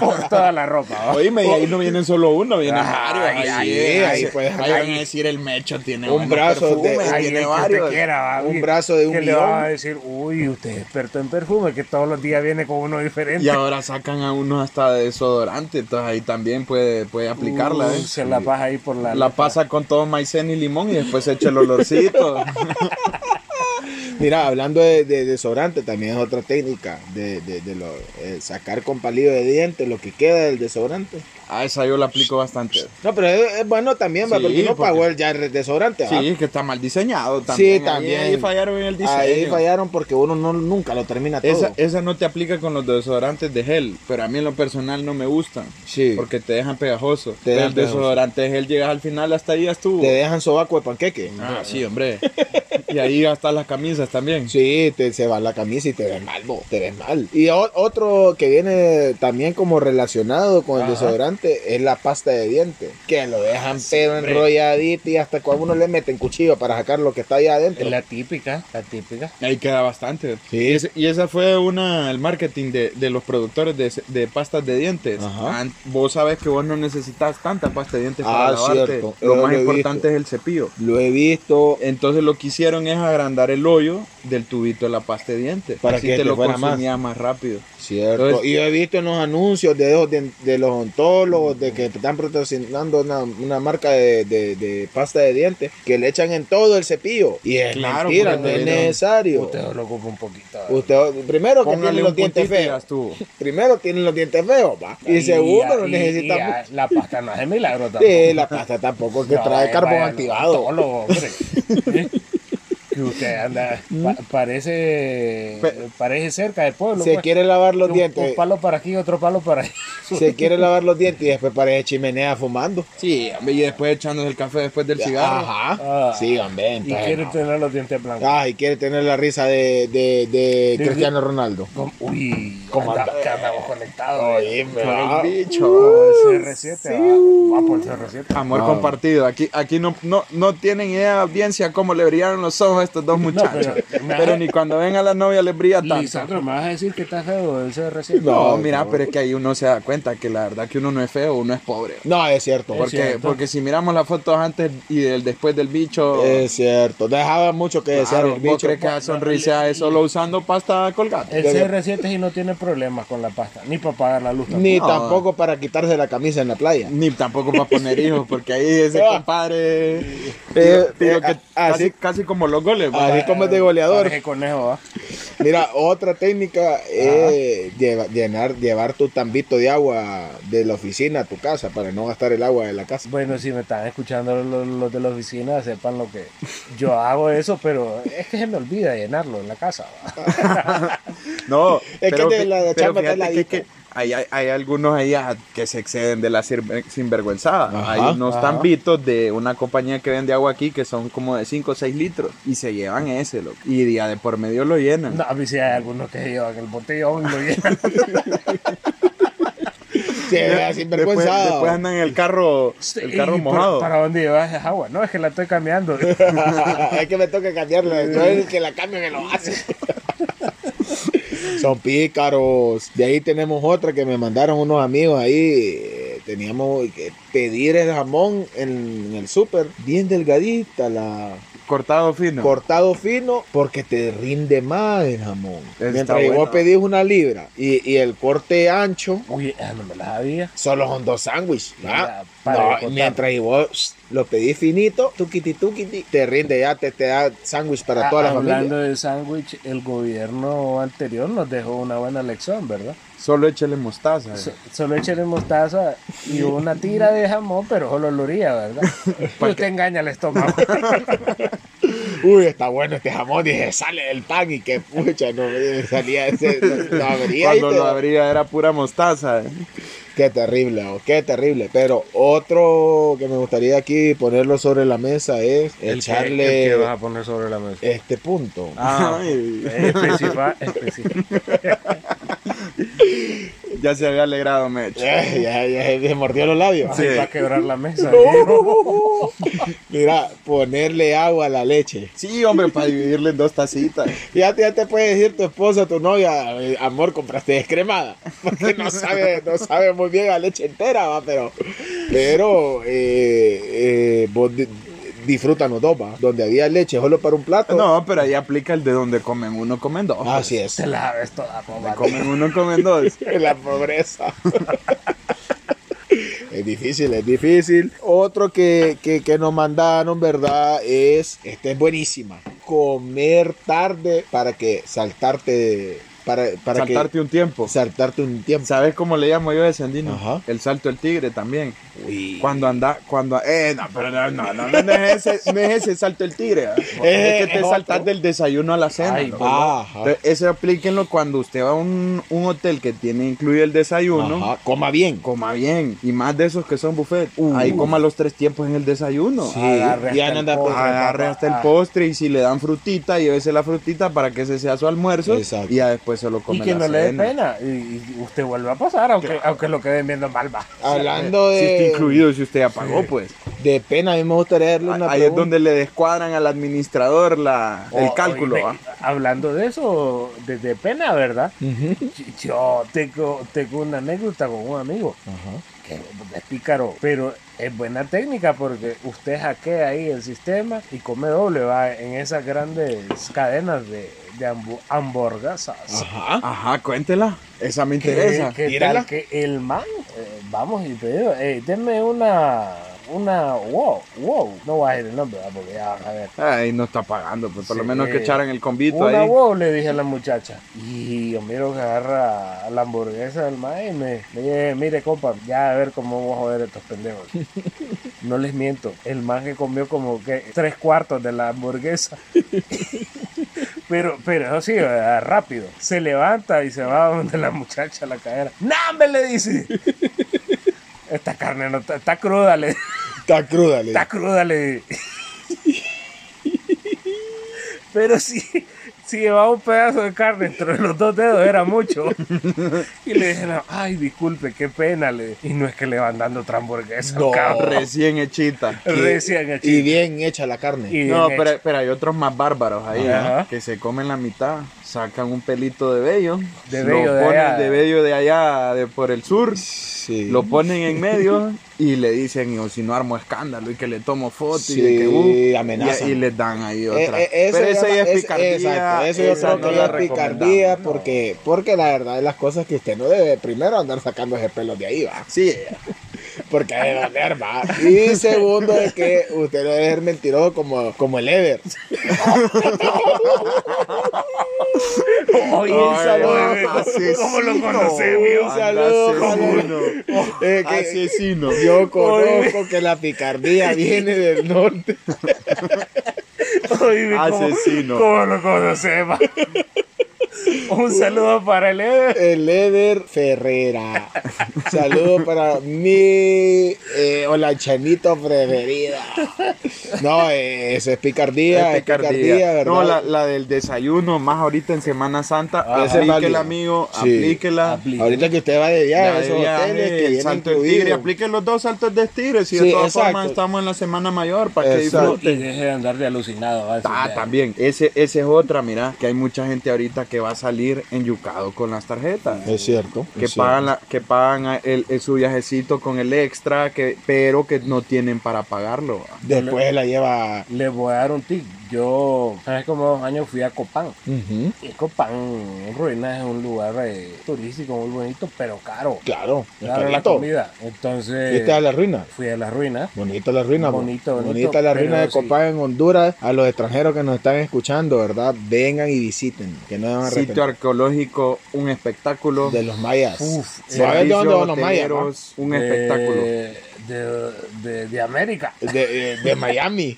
[SPEAKER 1] por toda la ropa. ¿va?
[SPEAKER 2] Oh,
[SPEAKER 3] Oíme, y ahí no vienen solo uno, vienen
[SPEAKER 2] Ah,
[SPEAKER 3] varios.
[SPEAKER 2] ahí,
[SPEAKER 3] eh,
[SPEAKER 2] ahí
[SPEAKER 3] se-
[SPEAKER 2] puedes-
[SPEAKER 3] ahí van a decir el mecho tiene
[SPEAKER 2] Un
[SPEAKER 3] buenos
[SPEAKER 2] brazo de-
[SPEAKER 3] perfumes,
[SPEAKER 1] Alguien
[SPEAKER 3] tiene
[SPEAKER 1] que usted
[SPEAKER 3] varios.
[SPEAKER 1] quiera, ¿va?
[SPEAKER 2] Un brazo de un
[SPEAKER 1] que le va
[SPEAKER 2] millón.
[SPEAKER 1] a decir, uy, usted es experto en perfume, que todos los días viene con uno diferente.
[SPEAKER 3] Y ahora sacan a uno hasta de desodorante, entonces ahí también puede, puede aplicarla.
[SPEAKER 1] Uh,
[SPEAKER 3] ¿eh?
[SPEAKER 1] Se la pasa ahí por la.
[SPEAKER 3] La pasa con todo maicena y limón y después se echa
[SPEAKER 2] [laughs]
[SPEAKER 3] el olorcito.
[SPEAKER 2] Mira, hablando de, de desodorante, también es otra técnica de, de- de lo- eh, sacar con palillo de dientes lo que queda del desodorante.
[SPEAKER 3] ah, esa yo la aplico bastante.
[SPEAKER 2] No, pero es, es bueno también, va,
[SPEAKER 3] Sí,
[SPEAKER 2] porque uno
[SPEAKER 3] porque-
[SPEAKER 2] pagó el, ya el desodorante, ¿va?
[SPEAKER 3] Sí, es Ah, que está mal diseñado también. Ahí-
[SPEAKER 2] también.
[SPEAKER 3] Ahí, fallaron en el diseño.
[SPEAKER 2] Ahí fallaron porque uno no, nunca lo termina todo.
[SPEAKER 3] Esa, esa no te aplica con los desodorantes de gel, pero a mí en lo personal no me gustan.
[SPEAKER 2] Sí.
[SPEAKER 3] Porque te dejan pegajoso.
[SPEAKER 2] Te dejan
[SPEAKER 3] el
[SPEAKER 2] pegajoso.
[SPEAKER 3] desodorante de gel llegas al final, hasta ahí ya estuvo.
[SPEAKER 2] Te dejan sobaco de panqueque.
[SPEAKER 3] Ah, sí,
[SPEAKER 2] [laughs]
[SPEAKER 3] hombre. y ahí hasta las camisas también.
[SPEAKER 2] Sí, te, se va la camisa y te ves mal, bo, te ves mal. Y o- otro que viene también como relacionado con el desodorante es la pasta de dientes, que lo dejan pedo enrolladito y hasta cuando uno le meten cuchillo para sacar lo que está allá adentro.
[SPEAKER 1] La típica, la típica.
[SPEAKER 3] Ahí queda bastante.
[SPEAKER 2] Sí.
[SPEAKER 3] Y, ese- y esa fue una, el marketing de, de los productores de, de pastas de dientes.
[SPEAKER 2] Ajá.
[SPEAKER 3] An- vos sabes que vos no necesitas tanta pasta de dientes
[SPEAKER 2] Ah,
[SPEAKER 3] para lavarte.
[SPEAKER 2] cierto.
[SPEAKER 3] Lo
[SPEAKER 2] Yo
[SPEAKER 3] más
[SPEAKER 2] lo he visto.
[SPEAKER 3] importante es el cepillo.
[SPEAKER 2] Lo he visto.
[SPEAKER 3] Entonces lo que hicieron es agrandar el hoyo del tubito de la pasta de dientes.
[SPEAKER 2] Para
[SPEAKER 3] Así
[SPEAKER 2] que
[SPEAKER 3] te
[SPEAKER 2] te
[SPEAKER 3] lo
[SPEAKER 2] fuera más.
[SPEAKER 3] consumías más rápido.
[SPEAKER 2] Cierto. Y yo he visto en los anuncios de, esos de, de los ontólogos de que están patrocinando una, una marca de, de- de pasta de dientes que le echan en todo el cepillo. Y es
[SPEAKER 3] Claro,
[SPEAKER 2] mentira,
[SPEAKER 3] porque
[SPEAKER 2] no es
[SPEAKER 3] no-
[SPEAKER 2] necesario.
[SPEAKER 1] Usted lo ocupa un poquito.
[SPEAKER 2] Usted, primero que tiene
[SPEAKER 3] Póngale
[SPEAKER 2] los
[SPEAKER 3] un puntito
[SPEAKER 2] dientes
[SPEAKER 3] y ya
[SPEAKER 2] feos.
[SPEAKER 3] estuvo.
[SPEAKER 2] Primero tienen los dientes feos, va. Y, segundo no
[SPEAKER 1] y- y
[SPEAKER 2] necesita
[SPEAKER 1] a- la pasta no es de
[SPEAKER 2] [laughs]
[SPEAKER 1] milagro
[SPEAKER 2] mu-
[SPEAKER 1] tampoco.
[SPEAKER 2] Sí, la pasta tampoco que
[SPEAKER 1] No,
[SPEAKER 2] trae
[SPEAKER 1] eh,
[SPEAKER 2] carbón
[SPEAKER 1] vaya,
[SPEAKER 2] activado.
[SPEAKER 1] todo lo, hombre. ¿eh?
[SPEAKER 2] [laughs]
[SPEAKER 1] que usted anda,
[SPEAKER 2] Mm.
[SPEAKER 1] pa- parece,
[SPEAKER 3] Pe-
[SPEAKER 1] parece cerca del pueblo.
[SPEAKER 2] se
[SPEAKER 1] pues.
[SPEAKER 2] quiere lavar los
[SPEAKER 1] un, un
[SPEAKER 2] dientes,
[SPEAKER 1] palo para aquí, otro palo para
[SPEAKER 2] [laughs]
[SPEAKER 1] ahí.
[SPEAKER 2] se quiere lavar los dientes y después parece chimenea fumando.
[SPEAKER 3] Sí, hombre, y después echándose el café después del cigarro.
[SPEAKER 2] Ajá.
[SPEAKER 1] Ah.
[SPEAKER 2] sí, hombre.
[SPEAKER 1] y
[SPEAKER 2] entonces,
[SPEAKER 1] quiere
[SPEAKER 2] no.
[SPEAKER 1] tener los dientes blancos.
[SPEAKER 2] Ah, y quiere tener la risa de, de- de
[SPEAKER 1] De-
[SPEAKER 2] Cristiano Ronaldo.
[SPEAKER 1] Com- Uy,
[SPEAKER 2] ¿Cómo
[SPEAKER 1] anda-
[SPEAKER 2] anda?
[SPEAKER 1] que andamos conectados.
[SPEAKER 2] Oye,
[SPEAKER 1] eh.
[SPEAKER 2] me va.
[SPEAKER 1] Oh, CR7, va. Va por CR7.
[SPEAKER 3] Amor
[SPEAKER 2] Wow.
[SPEAKER 3] compartido. Aquí, aquí no, no, no tienen idea, audiencia, cómo le brillaron los ojos a estos dos muchachos.
[SPEAKER 1] pero-
[SPEAKER 3] pero, ni cuando ven a la novia les brilla tanto.
[SPEAKER 1] Lisandro, me vas a decir que está feo el CR7.
[SPEAKER 3] No,
[SPEAKER 2] No,
[SPEAKER 3] mira,
[SPEAKER 2] no.
[SPEAKER 3] pero es que ahí uno se da cuenta que la verdad que uno no es feo, uno es pobre.
[SPEAKER 2] No, es cierto.
[SPEAKER 1] Es
[SPEAKER 3] Porque,
[SPEAKER 1] cierto.
[SPEAKER 3] porque si miramos las fotos antes y del después del bicho,
[SPEAKER 2] Es cierto. Dejaba mucho que desear
[SPEAKER 3] claro,
[SPEAKER 2] Eh, el
[SPEAKER 3] ¿vos
[SPEAKER 2] bicho.
[SPEAKER 3] crees que la sonrisa es solo usando pasta colgate?
[SPEAKER 1] El CR7 y no tiene problemas con la pasta, ni para pagar la luz.
[SPEAKER 2] Ni
[SPEAKER 3] No.
[SPEAKER 2] tampoco para quitarse la camisa en la playa.
[SPEAKER 3] Ni tampoco para poner hijos, porque ahí
[SPEAKER 2] [laughs]
[SPEAKER 3] ese
[SPEAKER 2] Ah.
[SPEAKER 3] compadre.
[SPEAKER 2] Eh,
[SPEAKER 3] tiro- tiro
[SPEAKER 2] eh,
[SPEAKER 3] que
[SPEAKER 2] ah,
[SPEAKER 3] casi,
[SPEAKER 2] así-
[SPEAKER 3] casi como los goles, ¿va?
[SPEAKER 2] Así como es de goleador.
[SPEAKER 1] Parece conejo, ¿va?
[SPEAKER 2] Mira, otra técnica es lleva- llenar, llevar tu tambito de agua de la oficina a tu casa para no gastar el agua de la casa.
[SPEAKER 1] Bueno, si me están escuchando lo- lo- los, de la oficina, sepan lo que yo hago eso, pero es que se me olvida llenarlo en la casa. ¿va?
[SPEAKER 2] [laughs]
[SPEAKER 3] No,
[SPEAKER 2] que
[SPEAKER 3] pero,
[SPEAKER 2] de la
[SPEAKER 3] fi- pero
[SPEAKER 2] chamba está
[SPEAKER 3] fíjate que,
[SPEAKER 2] heladito.
[SPEAKER 3] que hay, hay- hay algunos ahí ah, que se exceden de la sir- sinvergüenzada.
[SPEAKER 2] Ajá,
[SPEAKER 3] hay unos
[SPEAKER 1] ajá.
[SPEAKER 3] tambitos de una compañía que vende agua aquí que son como de 5 o 6 litros y se llevan ese, loco. Y día de por medio lo llenan.
[SPEAKER 1] No, a mí sí hay algunos que llevan el botellón y lo llenan.
[SPEAKER 2] [laughs] Se vea
[SPEAKER 3] Después,
[SPEAKER 2] sinvergüenzado.
[SPEAKER 3] después andan en el carro, el carro
[SPEAKER 1] ¿Y por-
[SPEAKER 3] mojado.
[SPEAKER 1] ¿Para dónde llevas esa agua? No, es que la estoy cambiando.
[SPEAKER 2] [laughs] es que me toca cambiarla. Yo es el que la cambio que lo hace. [laughs] Son pícaros. De ahí tenemos otra que me mandaron unos amigos ahí. eh, teníamos que pedir el jamón en, en el súper, bien delgadita, la
[SPEAKER 3] Cortado fino.
[SPEAKER 2] cortado fino, porque te rinde más el jamón.
[SPEAKER 3] Está
[SPEAKER 2] Mientras que
[SPEAKER 3] bueno.
[SPEAKER 2] vos pedís una libra y, y el corte ancho,
[SPEAKER 1] Uy, ah, no me la sabía.
[SPEAKER 2] solo son dos sándwiches. ¿va?
[SPEAKER 1] Ya, para de
[SPEAKER 2] No,
[SPEAKER 1] contar.
[SPEAKER 2] mientras y vos pss, lo pedís finito, tuquiti tuquiti, te rinde ya, te, te da sándwich para
[SPEAKER 1] Ah,
[SPEAKER 2] toda la
[SPEAKER 1] hablando
[SPEAKER 2] familia.
[SPEAKER 1] de sándwich, el gobierno anterior nos dejó una buena lección, ¿verdad?
[SPEAKER 3] Solo échale mostaza.
[SPEAKER 1] So- solo échale mostaza [laughs] y una tira de jamón, pero solo luría, [laughs] ¿verdad? Pues te engaña [laughs] el estómago.
[SPEAKER 2] Uy, está bueno este jamón. Dije, sale del pan y que pucha, no me salía ese.
[SPEAKER 3] [laughs]
[SPEAKER 2] Lo, lo abría y
[SPEAKER 3] eh. Cuando
[SPEAKER 2] te-
[SPEAKER 3] lo abría era pura mostaza. eh.
[SPEAKER 2] Qué terrible, oh, qué terrible. Pero otro que me gustaría aquí ponerlo sobre la mesa es echarle
[SPEAKER 1] ¿Qué vas a poner sobre la mesa?
[SPEAKER 2] este punto.
[SPEAKER 1] Ah,
[SPEAKER 3] [laughs] Ay.
[SPEAKER 1] Eh, [laughs] especifa- especifa-
[SPEAKER 3] Ya se había alegrado, Mech.
[SPEAKER 2] Ya, Eh, ya, ya, se mordió los labios.
[SPEAKER 3] Sí.
[SPEAKER 1] Va a quebrar la mesa.
[SPEAKER 2] [laughs] Mira, ponerle agua a la leche.
[SPEAKER 3] Sí, hombre, para dividirle en dos tacitas.
[SPEAKER 2] Ya te, ya te puede decir tu esposa, tu novia, eh, amor, compraste descremada. [laughs] Porque no sabe, no sabe muy bien la leche entera, va, pero, pero eh, eh, vos di- disfrutan los dos, va. Donde había leche solo para un plato.
[SPEAKER 3] No, pero ahí aplica el de donde comen uno, comen dos.
[SPEAKER 2] Así es.
[SPEAKER 1] Te la ves toda, papá.
[SPEAKER 3] Comen uno, comen dos.
[SPEAKER 2] la pobreza. [laughs] Es difícil, es difícil. Otro que, que, que nos mandaron, ¿verdad? Es, esta es buenísima. Comer tarde para que saltarte, para, [laughs] para
[SPEAKER 3] Saltarte un tiempo.
[SPEAKER 2] que saltarte un tiempo.
[SPEAKER 3] ¿Sabes cómo le llamo yo ese andino?
[SPEAKER 2] Ajá.
[SPEAKER 3] El salto del tigre también.
[SPEAKER 2] Uy.
[SPEAKER 3] Cuando anda, cuando. Eh, no, pero no, no, no, no, no es, ese, no es ese salto del tigre. ¿eh?
[SPEAKER 2] [laughs] Eh,
[SPEAKER 3] es que te
[SPEAKER 2] es
[SPEAKER 3] saltas
[SPEAKER 2] otro.
[SPEAKER 3] del desayuno a la cena.
[SPEAKER 1] Ay,
[SPEAKER 3] ¿no?
[SPEAKER 2] Ajá.
[SPEAKER 3] Entonces, Ese aplíquenlo cuando usted va a un, un hotel que tiene incluido el desayuno.
[SPEAKER 2] Ajá, Coma bien.
[SPEAKER 3] Coma bien. Y más de esos que son buffet. Ahí coma los tres tiempos en el desayuno.
[SPEAKER 2] Uh. Sí.
[SPEAKER 1] Agarre
[SPEAKER 2] Ya
[SPEAKER 1] hasta
[SPEAKER 2] no
[SPEAKER 1] el
[SPEAKER 2] anda-
[SPEAKER 1] postre,
[SPEAKER 3] Agarre
[SPEAKER 1] papá.
[SPEAKER 3] hasta el
[SPEAKER 1] Ah.
[SPEAKER 3] postre y si le dan frutita, llévese la frutita para que ese sea su almuerzo.
[SPEAKER 2] Exacto.
[SPEAKER 3] Y ya después se lo come
[SPEAKER 1] Y que
[SPEAKER 3] la
[SPEAKER 1] no le dé
[SPEAKER 3] cena.
[SPEAKER 1] pena. Y, y usted vuelve a pasar, aunque, aunque lo queden viendo mal, va.
[SPEAKER 2] Hablando
[SPEAKER 3] Si
[SPEAKER 1] Eh,
[SPEAKER 3] está
[SPEAKER 2] de,
[SPEAKER 3] incluido, si usted ya pagó, pues.
[SPEAKER 2] de pena, a mí me gustaría darle una
[SPEAKER 3] Ahí es
[SPEAKER 2] pregunta.
[SPEAKER 3] donde le descuadran al administrador la, el
[SPEAKER 1] O-
[SPEAKER 3] cálculo.
[SPEAKER 1] Oh,
[SPEAKER 3] ¿ah?
[SPEAKER 1] oíme,
[SPEAKER 3] ¿va?
[SPEAKER 1] Hablando de eso, desde pena, ¿verdad?
[SPEAKER 2] Ujú.
[SPEAKER 1] Yo tengo, tengo una anécdota con un amigo,
[SPEAKER 2] Ajá.
[SPEAKER 1] que es pícaro, pero es buena técnica porque usted hackea ahí el sistema y come doble, va en esas grandes cadenas de, de hambu- hamburguesas.
[SPEAKER 2] Ajá.
[SPEAKER 3] Ajá, cuéntela. Esa me
[SPEAKER 1] Que,
[SPEAKER 3] interesa.
[SPEAKER 1] que
[SPEAKER 2] Tírala.
[SPEAKER 1] tal que el man, eh, vamos y te digo, "Ey, denme una, una, wow, wow, no voy a decir el nombre, ¿va? porque ya van a ver.
[SPEAKER 3] Ay, no está pagando, pues por lo
[SPEAKER 1] Sí.
[SPEAKER 3] menos que echaran el convito
[SPEAKER 1] Una
[SPEAKER 3] ahí.
[SPEAKER 1] wow, le dije a la muchacha. Y yo miro que agarra a la hamburguesa del maíz y me, me dice, mire compa, ya a ver cómo vamos a joder a estos pendejos. No les miento, el man que comió como que tres cuartos de la hamburguesa. [laughs] Pero, pero eso sí, ¿verdad? rápido. Se levanta y se va donde la muchacha a la cadera. ¡Nambe! le dice. [laughs] Esta carne no está, está cruda, le
[SPEAKER 2] Está cruda, le
[SPEAKER 1] Está cruda, le Pero si, si llevaba un pedazo de carne entre los dos dedos era mucho. Y le dijeron, ay, disculpe, qué pena. Le y no es que le van dando otra hamburguesa.
[SPEAKER 2] No,
[SPEAKER 1] cabrón.
[SPEAKER 3] Recién hechita.
[SPEAKER 2] Y-
[SPEAKER 1] Recién hecho.
[SPEAKER 2] Y bien hecha la carne.
[SPEAKER 1] Y
[SPEAKER 3] No,
[SPEAKER 1] bien
[SPEAKER 3] pero,
[SPEAKER 1] hecho.
[SPEAKER 3] pero hay otros más bárbaros ahí,
[SPEAKER 1] Ajá.
[SPEAKER 3] ¿eh? que se comen la mitad, sacan un pelito de vello,
[SPEAKER 1] De
[SPEAKER 3] lo
[SPEAKER 1] vello de
[SPEAKER 3] ponen
[SPEAKER 1] allá.
[SPEAKER 3] de vello de allá, de por el sur,
[SPEAKER 2] Sí.
[SPEAKER 3] lo ponen en medio y le dicen, o si no armo escándalo y que le tomo foto y de
[SPEAKER 2] Sí,
[SPEAKER 3] que "Uh",
[SPEAKER 2] amenazan.
[SPEAKER 3] y, y les dan ahí
[SPEAKER 2] Eh,
[SPEAKER 3] otra.
[SPEAKER 2] eh, eso
[SPEAKER 3] pero
[SPEAKER 2] ya
[SPEAKER 3] esa ya
[SPEAKER 2] es-
[SPEAKER 3] es picardía.
[SPEAKER 2] Exacto, eso yo
[SPEAKER 3] esa
[SPEAKER 2] creo
[SPEAKER 3] no
[SPEAKER 2] que
[SPEAKER 3] la
[SPEAKER 2] ya es picardía
[SPEAKER 3] recomendamos.
[SPEAKER 2] porque, porque la verdad de las cosas que usted no debe primero andar sacando ese pelo de ahí, va.
[SPEAKER 3] Sí,
[SPEAKER 2] Porque debe doler, va. Y segundo es que usted no debe ser mentiroso como, como el Ever.
[SPEAKER 1] Oye,
[SPEAKER 3] Ay,
[SPEAKER 2] saludo,
[SPEAKER 1] oye, ¿cómo-
[SPEAKER 3] asesino.
[SPEAKER 1] ¿Cómo lo conoces,
[SPEAKER 2] Un
[SPEAKER 1] viejo?
[SPEAKER 2] saludo,
[SPEAKER 3] [laughs] asesino.
[SPEAKER 2] Eh, que-
[SPEAKER 3] asesino.
[SPEAKER 2] Yo conozco que la picardía viene del norte.
[SPEAKER 1] Oye, ¿cómo-
[SPEAKER 3] Asesino.
[SPEAKER 1] ¿Cómo lo conoces, ma? Un saludo para el Ever.
[SPEAKER 2] El Ever Ferrera. Saludo para mi eh, holandchanito preferida. No, eh, eso es picardía, es picardía, ¿verdad?
[SPEAKER 3] No, la, la del desayuno, más ahorita en Semana Santa,
[SPEAKER 2] Ah, esa es válida.
[SPEAKER 3] aplíquela, amigo,
[SPEAKER 2] Sí.
[SPEAKER 3] aplíquela.
[SPEAKER 2] Ahorita que usted va de viaje,
[SPEAKER 3] La de
[SPEAKER 2] esos
[SPEAKER 3] viaje,
[SPEAKER 2] hoteles que
[SPEAKER 3] el
[SPEAKER 2] vienen
[SPEAKER 3] salto del
[SPEAKER 2] incluidos.
[SPEAKER 3] tigre, apliquen los dos saltos de tigre, si
[SPEAKER 2] Sí,
[SPEAKER 3] de todas
[SPEAKER 2] exacto.
[SPEAKER 3] formas estamos en la semana mayor, para que
[SPEAKER 2] Exacto.
[SPEAKER 3] disfruten.
[SPEAKER 1] deje de andar de alucinado.
[SPEAKER 3] Ah, también, ese, ese es otra, mira, que hay mucha gente ahorita que va va a salir enyucado con las tarjetas.
[SPEAKER 2] Es cierto.
[SPEAKER 3] que
[SPEAKER 2] es
[SPEAKER 3] pagan la- que pagan a- el, el- su viajecito con el extra que pero que no tienen para pagarlo
[SPEAKER 2] cierto. Después la lleva.
[SPEAKER 1] Les voy a dar un tip. Yo hace como dos años fui a Copán.
[SPEAKER 2] Ujú,
[SPEAKER 1] Y Copán, Ruinas, es un lugar eh, turístico muy bonito, pero caro.
[SPEAKER 2] Claro. es
[SPEAKER 1] Claro, la
[SPEAKER 2] carito.
[SPEAKER 1] comida. Entonces,
[SPEAKER 2] ¿Viste a la ruina?
[SPEAKER 1] fui a las ruinas.
[SPEAKER 2] Bonita la ruina, bo-
[SPEAKER 1] Bonito, bonito,
[SPEAKER 2] bonita la
[SPEAKER 1] pero
[SPEAKER 2] ruina de
[SPEAKER 1] sí.
[SPEAKER 2] Copán en Honduras. A los extranjeros que nos están escuchando, ¿verdad? Vengan y visiten, que no se van a
[SPEAKER 3] sitio
[SPEAKER 2] arrepentir.
[SPEAKER 3] arqueológico un espectáculo
[SPEAKER 2] de los mayas.
[SPEAKER 1] Uf,
[SPEAKER 2] ¿Sabes de
[SPEAKER 3] servicios
[SPEAKER 2] dónde van los mayas? Eh, no?
[SPEAKER 3] hoteleros, un espectáculo
[SPEAKER 1] De, Eh, de, de, de América.
[SPEAKER 2] De, de- eh, de Miami.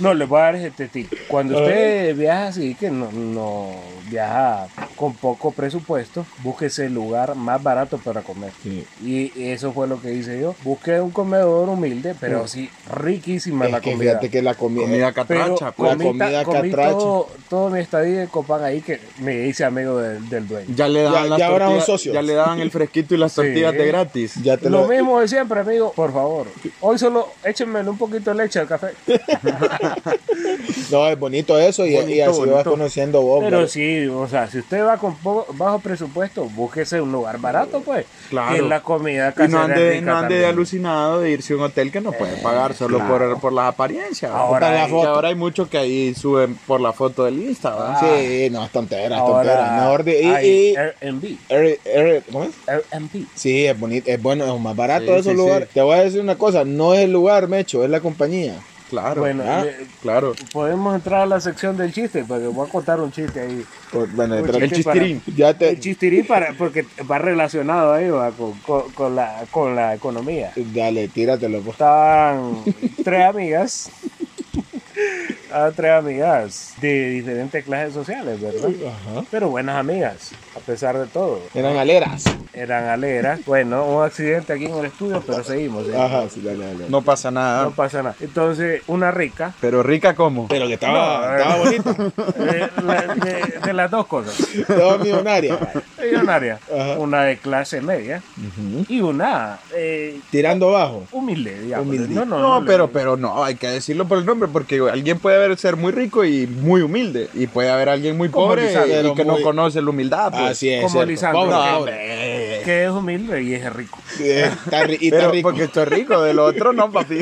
[SPEAKER 1] No, les voy a dar este tip. Cuando usted viaja así, que no, no viaja con poco presupuesto, búsquese el lugar más barato para comer.
[SPEAKER 2] Sí.
[SPEAKER 1] Y eso fue lo que hice yo. Busqué un comedor humilde, pero sí, riquísima
[SPEAKER 2] Mm. Es
[SPEAKER 1] la
[SPEAKER 2] que
[SPEAKER 1] comida.
[SPEAKER 2] fíjate que la comida.
[SPEAKER 3] comida
[SPEAKER 1] Pero
[SPEAKER 3] catracha pues.
[SPEAKER 2] La
[SPEAKER 1] comí,
[SPEAKER 2] comida
[SPEAKER 1] ta- comí
[SPEAKER 2] catracha.
[SPEAKER 1] todo, todo mi estadía de Copán ahí que me hice amigo del, del dueño.
[SPEAKER 3] ya le
[SPEAKER 2] Ya-
[SPEAKER 3] daban las
[SPEAKER 2] ya ahora son
[SPEAKER 3] tortillas-
[SPEAKER 2] socios.
[SPEAKER 3] ya le daban el fresquito y
[SPEAKER 2] [laughs]
[SPEAKER 3] las
[SPEAKER 1] Sí.
[SPEAKER 3] tortillas de gratis
[SPEAKER 2] Ya te
[SPEAKER 1] Lo
[SPEAKER 2] lo.
[SPEAKER 1] mismo de siempre, amigo. Por favor, hoy solo échenmele un poquito de leche al café.
[SPEAKER 2] No, es bonito eso y, y
[SPEAKER 3] Bonito,
[SPEAKER 2] así vas
[SPEAKER 3] bonito.
[SPEAKER 2] conociendo vos.
[SPEAKER 1] Pero
[SPEAKER 2] ¿verdad?
[SPEAKER 1] sí, o sea, si usted va con po- bajo presupuesto, búsquese un lugar barato, pues.
[SPEAKER 3] Claro.
[SPEAKER 1] Que la comida
[SPEAKER 3] y
[SPEAKER 1] casera
[SPEAKER 3] no ande,
[SPEAKER 1] es
[SPEAKER 3] de-
[SPEAKER 1] rica
[SPEAKER 3] no ande de
[SPEAKER 1] también.
[SPEAKER 3] alucinado de irse a un hotel que no puede pagar solo por, por las apariencias.
[SPEAKER 1] Ahora
[SPEAKER 3] Que
[SPEAKER 1] hay-
[SPEAKER 3] ahora hay muchos que ahí suben por la foto del Insta. ¿verdad?
[SPEAKER 2] Sí, no, es tontera, es tontera.
[SPEAKER 1] Ahora,
[SPEAKER 2] Mejor de- y-
[SPEAKER 1] hay
[SPEAKER 3] eh,
[SPEAKER 2] y-
[SPEAKER 1] Airbnb.
[SPEAKER 2] Air- Air- ¿cómo es?
[SPEAKER 1] Airbnb.
[SPEAKER 2] Sí, es bonito, es bueno, es más barato
[SPEAKER 3] Sí,
[SPEAKER 2] esos
[SPEAKER 3] sí,
[SPEAKER 2] lugares.
[SPEAKER 3] sí.
[SPEAKER 2] Te voy a decir una cosa, no es el lugar, Mecho, es la compañía.
[SPEAKER 3] Claro.
[SPEAKER 1] Bueno,
[SPEAKER 3] ¿verdad?
[SPEAKER 1] eh,
[SPEAKER 3] claro.
[SPEAKER 1] Podemos entrar a la sección del chiste, porque voy a contar un chiste ahí.
[SPEAKER 2] Por- bueno,
[SPEAKER 1] Un
[SPEAKER 2] pero-
[SPEAKER 3] el
[SPEAKER 1] para-
[SPEAKER 3] chistirín.
[SPEAKER 2] ya te,
[SPEAKER 1] El chistirín para, porque va relacionado ahí va, con, con- con la, con la economía.
[SPEAKER 2] Dale, tíratelo. pues.
[SPEAKER 1] Estaban tres amigas, estaban tres amigas de diferentes clases sociales, ¿verdad?
[SPEAKER 2] Ajá.
[SPEAKER 1] Pero buenas amigas, a pesar de todo.
[SPEAKER 2] Eran aleras.
[SPEAKER 1] Eran aleras. Bueno, un accidente aquí en el estudio, pero seguimos. ¿eh?
[SPEAKER 2] Ajá, sí, dale, dale.
[SPEAKER 3] No pasa nada.
[SPEAKER 1] No pasa nada. Entonces, una rica,
[SPEAKER 3] Pero rica como.
[SPEAKER 2] Pero que estaba,
[SPEAKER 1] No,
[SPEAKER 3] eh.
[SPEAKER 2] estaba bonita.
[SPEAKER 1] [laughs] de, la- de- de las dos cosas,
[SPEAKER 2] Estaba millonaria.
[SPEAKER 1] millonaria.
[SPEAKER 2] Ajá.
[SPEAKER 1] Una de clase media
[SPEAKER 2] Ujú.
[SPEAKER 1] y una eh,
[SPEAKER 2] Tirando bajo.
[SPEAKER 1] humilde, digamos.
[SPEAKER 2] Humilde.
[SPEAKER 1] No, no,
[SPEAKER 3] No,
[SPEAKER 1] no,
[SPEAKER 3] pero, pero no, hay que decirlo por el nombre, porque alguien puede haber ser muy rico y muy humilde, y puede haber alguien muy
[SPEAKER 1] Como
[SPEAKER 3] pobre
[SPEAKER 2] Lizardo,
[SPEAKER 3] y
[SPEAKER 2] pero
[SPEAKER 3] que no
[SPEAKER 2] muy-
[SPEAKER 3] conoce la humildad. pues.
[SPEAKER 2] Así es.
[SPEAKER 1] como
[SPEAKER 2] cierto.
[SPEAKER 1] Lisandro,
[SPEAKER 2] Pobre,
[SPEAKER 1] que-
[SPEAKER 2] pobre.
[SPEAKER 1] Que es humilde y es rico.
[SPEAKER 2] Sí, está ri- y está
[SPEAKER 3] Pero
[SPEAKER 2] rico.
[SPEAKER 3] porque esto es rico, del otro no, papi.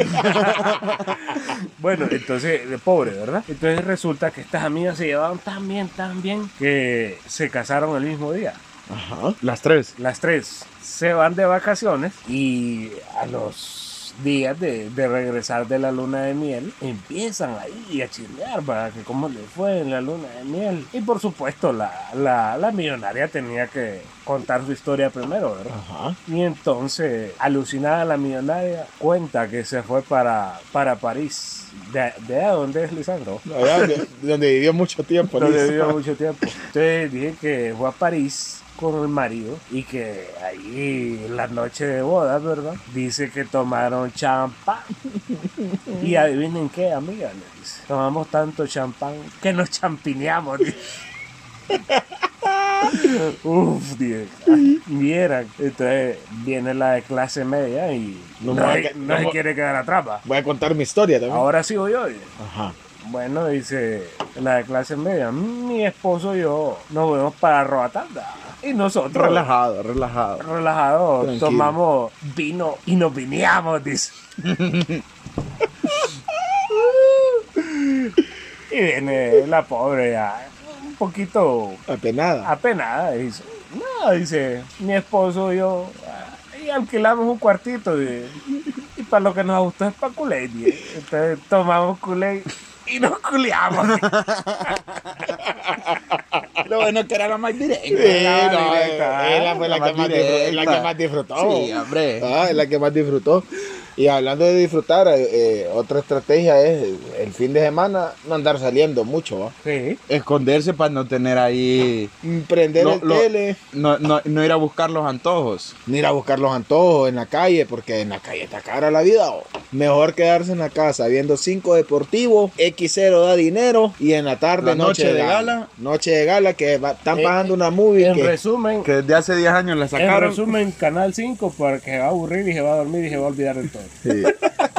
[SPEAKER 1] Bueno, entonces, de pobre, ¿verdad? Entonces resulta que estas amigas se llevaban tan bien, tan bien, que se casaron el mismo día.
[SPEAKER 2] Ajá.
[SPEAKER 3] Las tres.
[SPEAKER 1] Las tres se van de vacaciones y a los días de, de regresar de la luna de miel empiezan ahí a chismear para que cómo le fue en la luna de miel y por supuesto la, la, la millonaria tenía que contar su historia primero ¿verdad?
[SPEAKER 2] Ajá.
[SPEAKER 1] y entonces alucinada la millonaria cuenta que se fue para, para París de, de dónde es Lisandro
[SPEAKER 2] Allá donde, donde vivió mucho tiempo.
[SPEAKER 1] no le
[SPEAKER 2] Liz.
[SPEAKER 1] dio mucho tiempo. Entonces dije que fue a París con el marido y que ahí en la noche de boda, ¿verdad? Dice que tomaron champán. Y adivinen qué, amiga, le dice. Tomamos tanto champán que nos champineamos. dice. Uf, dije, ay, vieran. Entonces viene la de clase media y no,
[SPEAKER 2] No me va a
[SPEAKER 1] se-
[SPEAKER 2] ca-
[SPEAKER 1] no se
[SPEAKER 2] no-
[SPEAKER 1] quiere quedar atrás.
[SPEAKER 2] Voy a contar mi historia también.
[SPEAKER 1] Ahora sí voy yo. dije.
[SPEAKER 2] Ajá.
[SPEAKER 1] Bueno, dice la de clase media, mi esposo y yo nos vemos para Roatanda. Y nosotros,
[SPEAKER 3] Relajado, relajado.
[SPEAKER 1] relajados,
[SPEAKER 2] Tranquilo.
[SPEAKER 1] tomamos vino y nos viníamos,
[SPEAKER 2] [laughs]
[SPEAKER 1] dice. y viene la pobre, ya, un poquito
[SPEAKER 3] Ah.
[SPEAKER 2] Apenada.
[SPEAKER 1] apenada, dice. No, dice, mi esposo y yo, ah, y alquilamos un cuartito, dice, Y para lo que nos gustó es para culé, dice. Entonces tomamos culé y nos culeamos.
[SPEAKER 3] Lo bueno que era la más directa.
[SPEAKER 2] Sí,
[SPEAKER 1] la
[SPEAKER 2] no,
[SPEAKER 1] directa,
[SPEAKER 2] eh, ella fue la,
[SPEAKER 3] la
[SPEAKER 2] que más
[SPEAKER 3] directa.
[SPEAKER 2] disfrutó, la que más disfrutó.
[SPEAKER 3] Sí, hombre.
[SPEAKER 2] Ah, es la que más disfrutó. Y hablando de disfrutar, eh, eh, otra estrategia es eh, el fin de semana no andar saliendo mucho. ¿va?
[SPEAKER 1] Sí.
[SPEAKER 3] Esconderse para no tener ahí.
[SPEAKER 2] Prender
[SPEAKER 3] Lo-
[SPEAKER 2] el
[SPEAKER 3] lo-
[SPEAKER 2] tele,
[SPEAKER 3] No, no, no ir a buscar los antojos.
[SPEAKER 2] ni ir a buscar los antojos en la calle, porque en la calle está cara la vida. ¿o? Mejor quedarse en la casa viendo cinco deportivos, X0 da dinero y en la tarde
[SPEAKER 3] La noche de gala.
[SPEAKER 2] Noche de gala que va- están
[SPEAKER 1] Eh,
[SPEAKER 2] pagando una movie.
[SPEAKER 1] En
[SPEAKER 2] que-
[SPEAKER 1] resumen,
[SPEAKER 3] Que desde hace 10 años la
[SPEAKER 1] en
[SPEAKER 3] sacaron.
[SPEAKER 1] resumen, Canal 5 para que se va a aburrir y se va a dormir y se va a olvidar de todo.
[SPEAKER 2] Sí.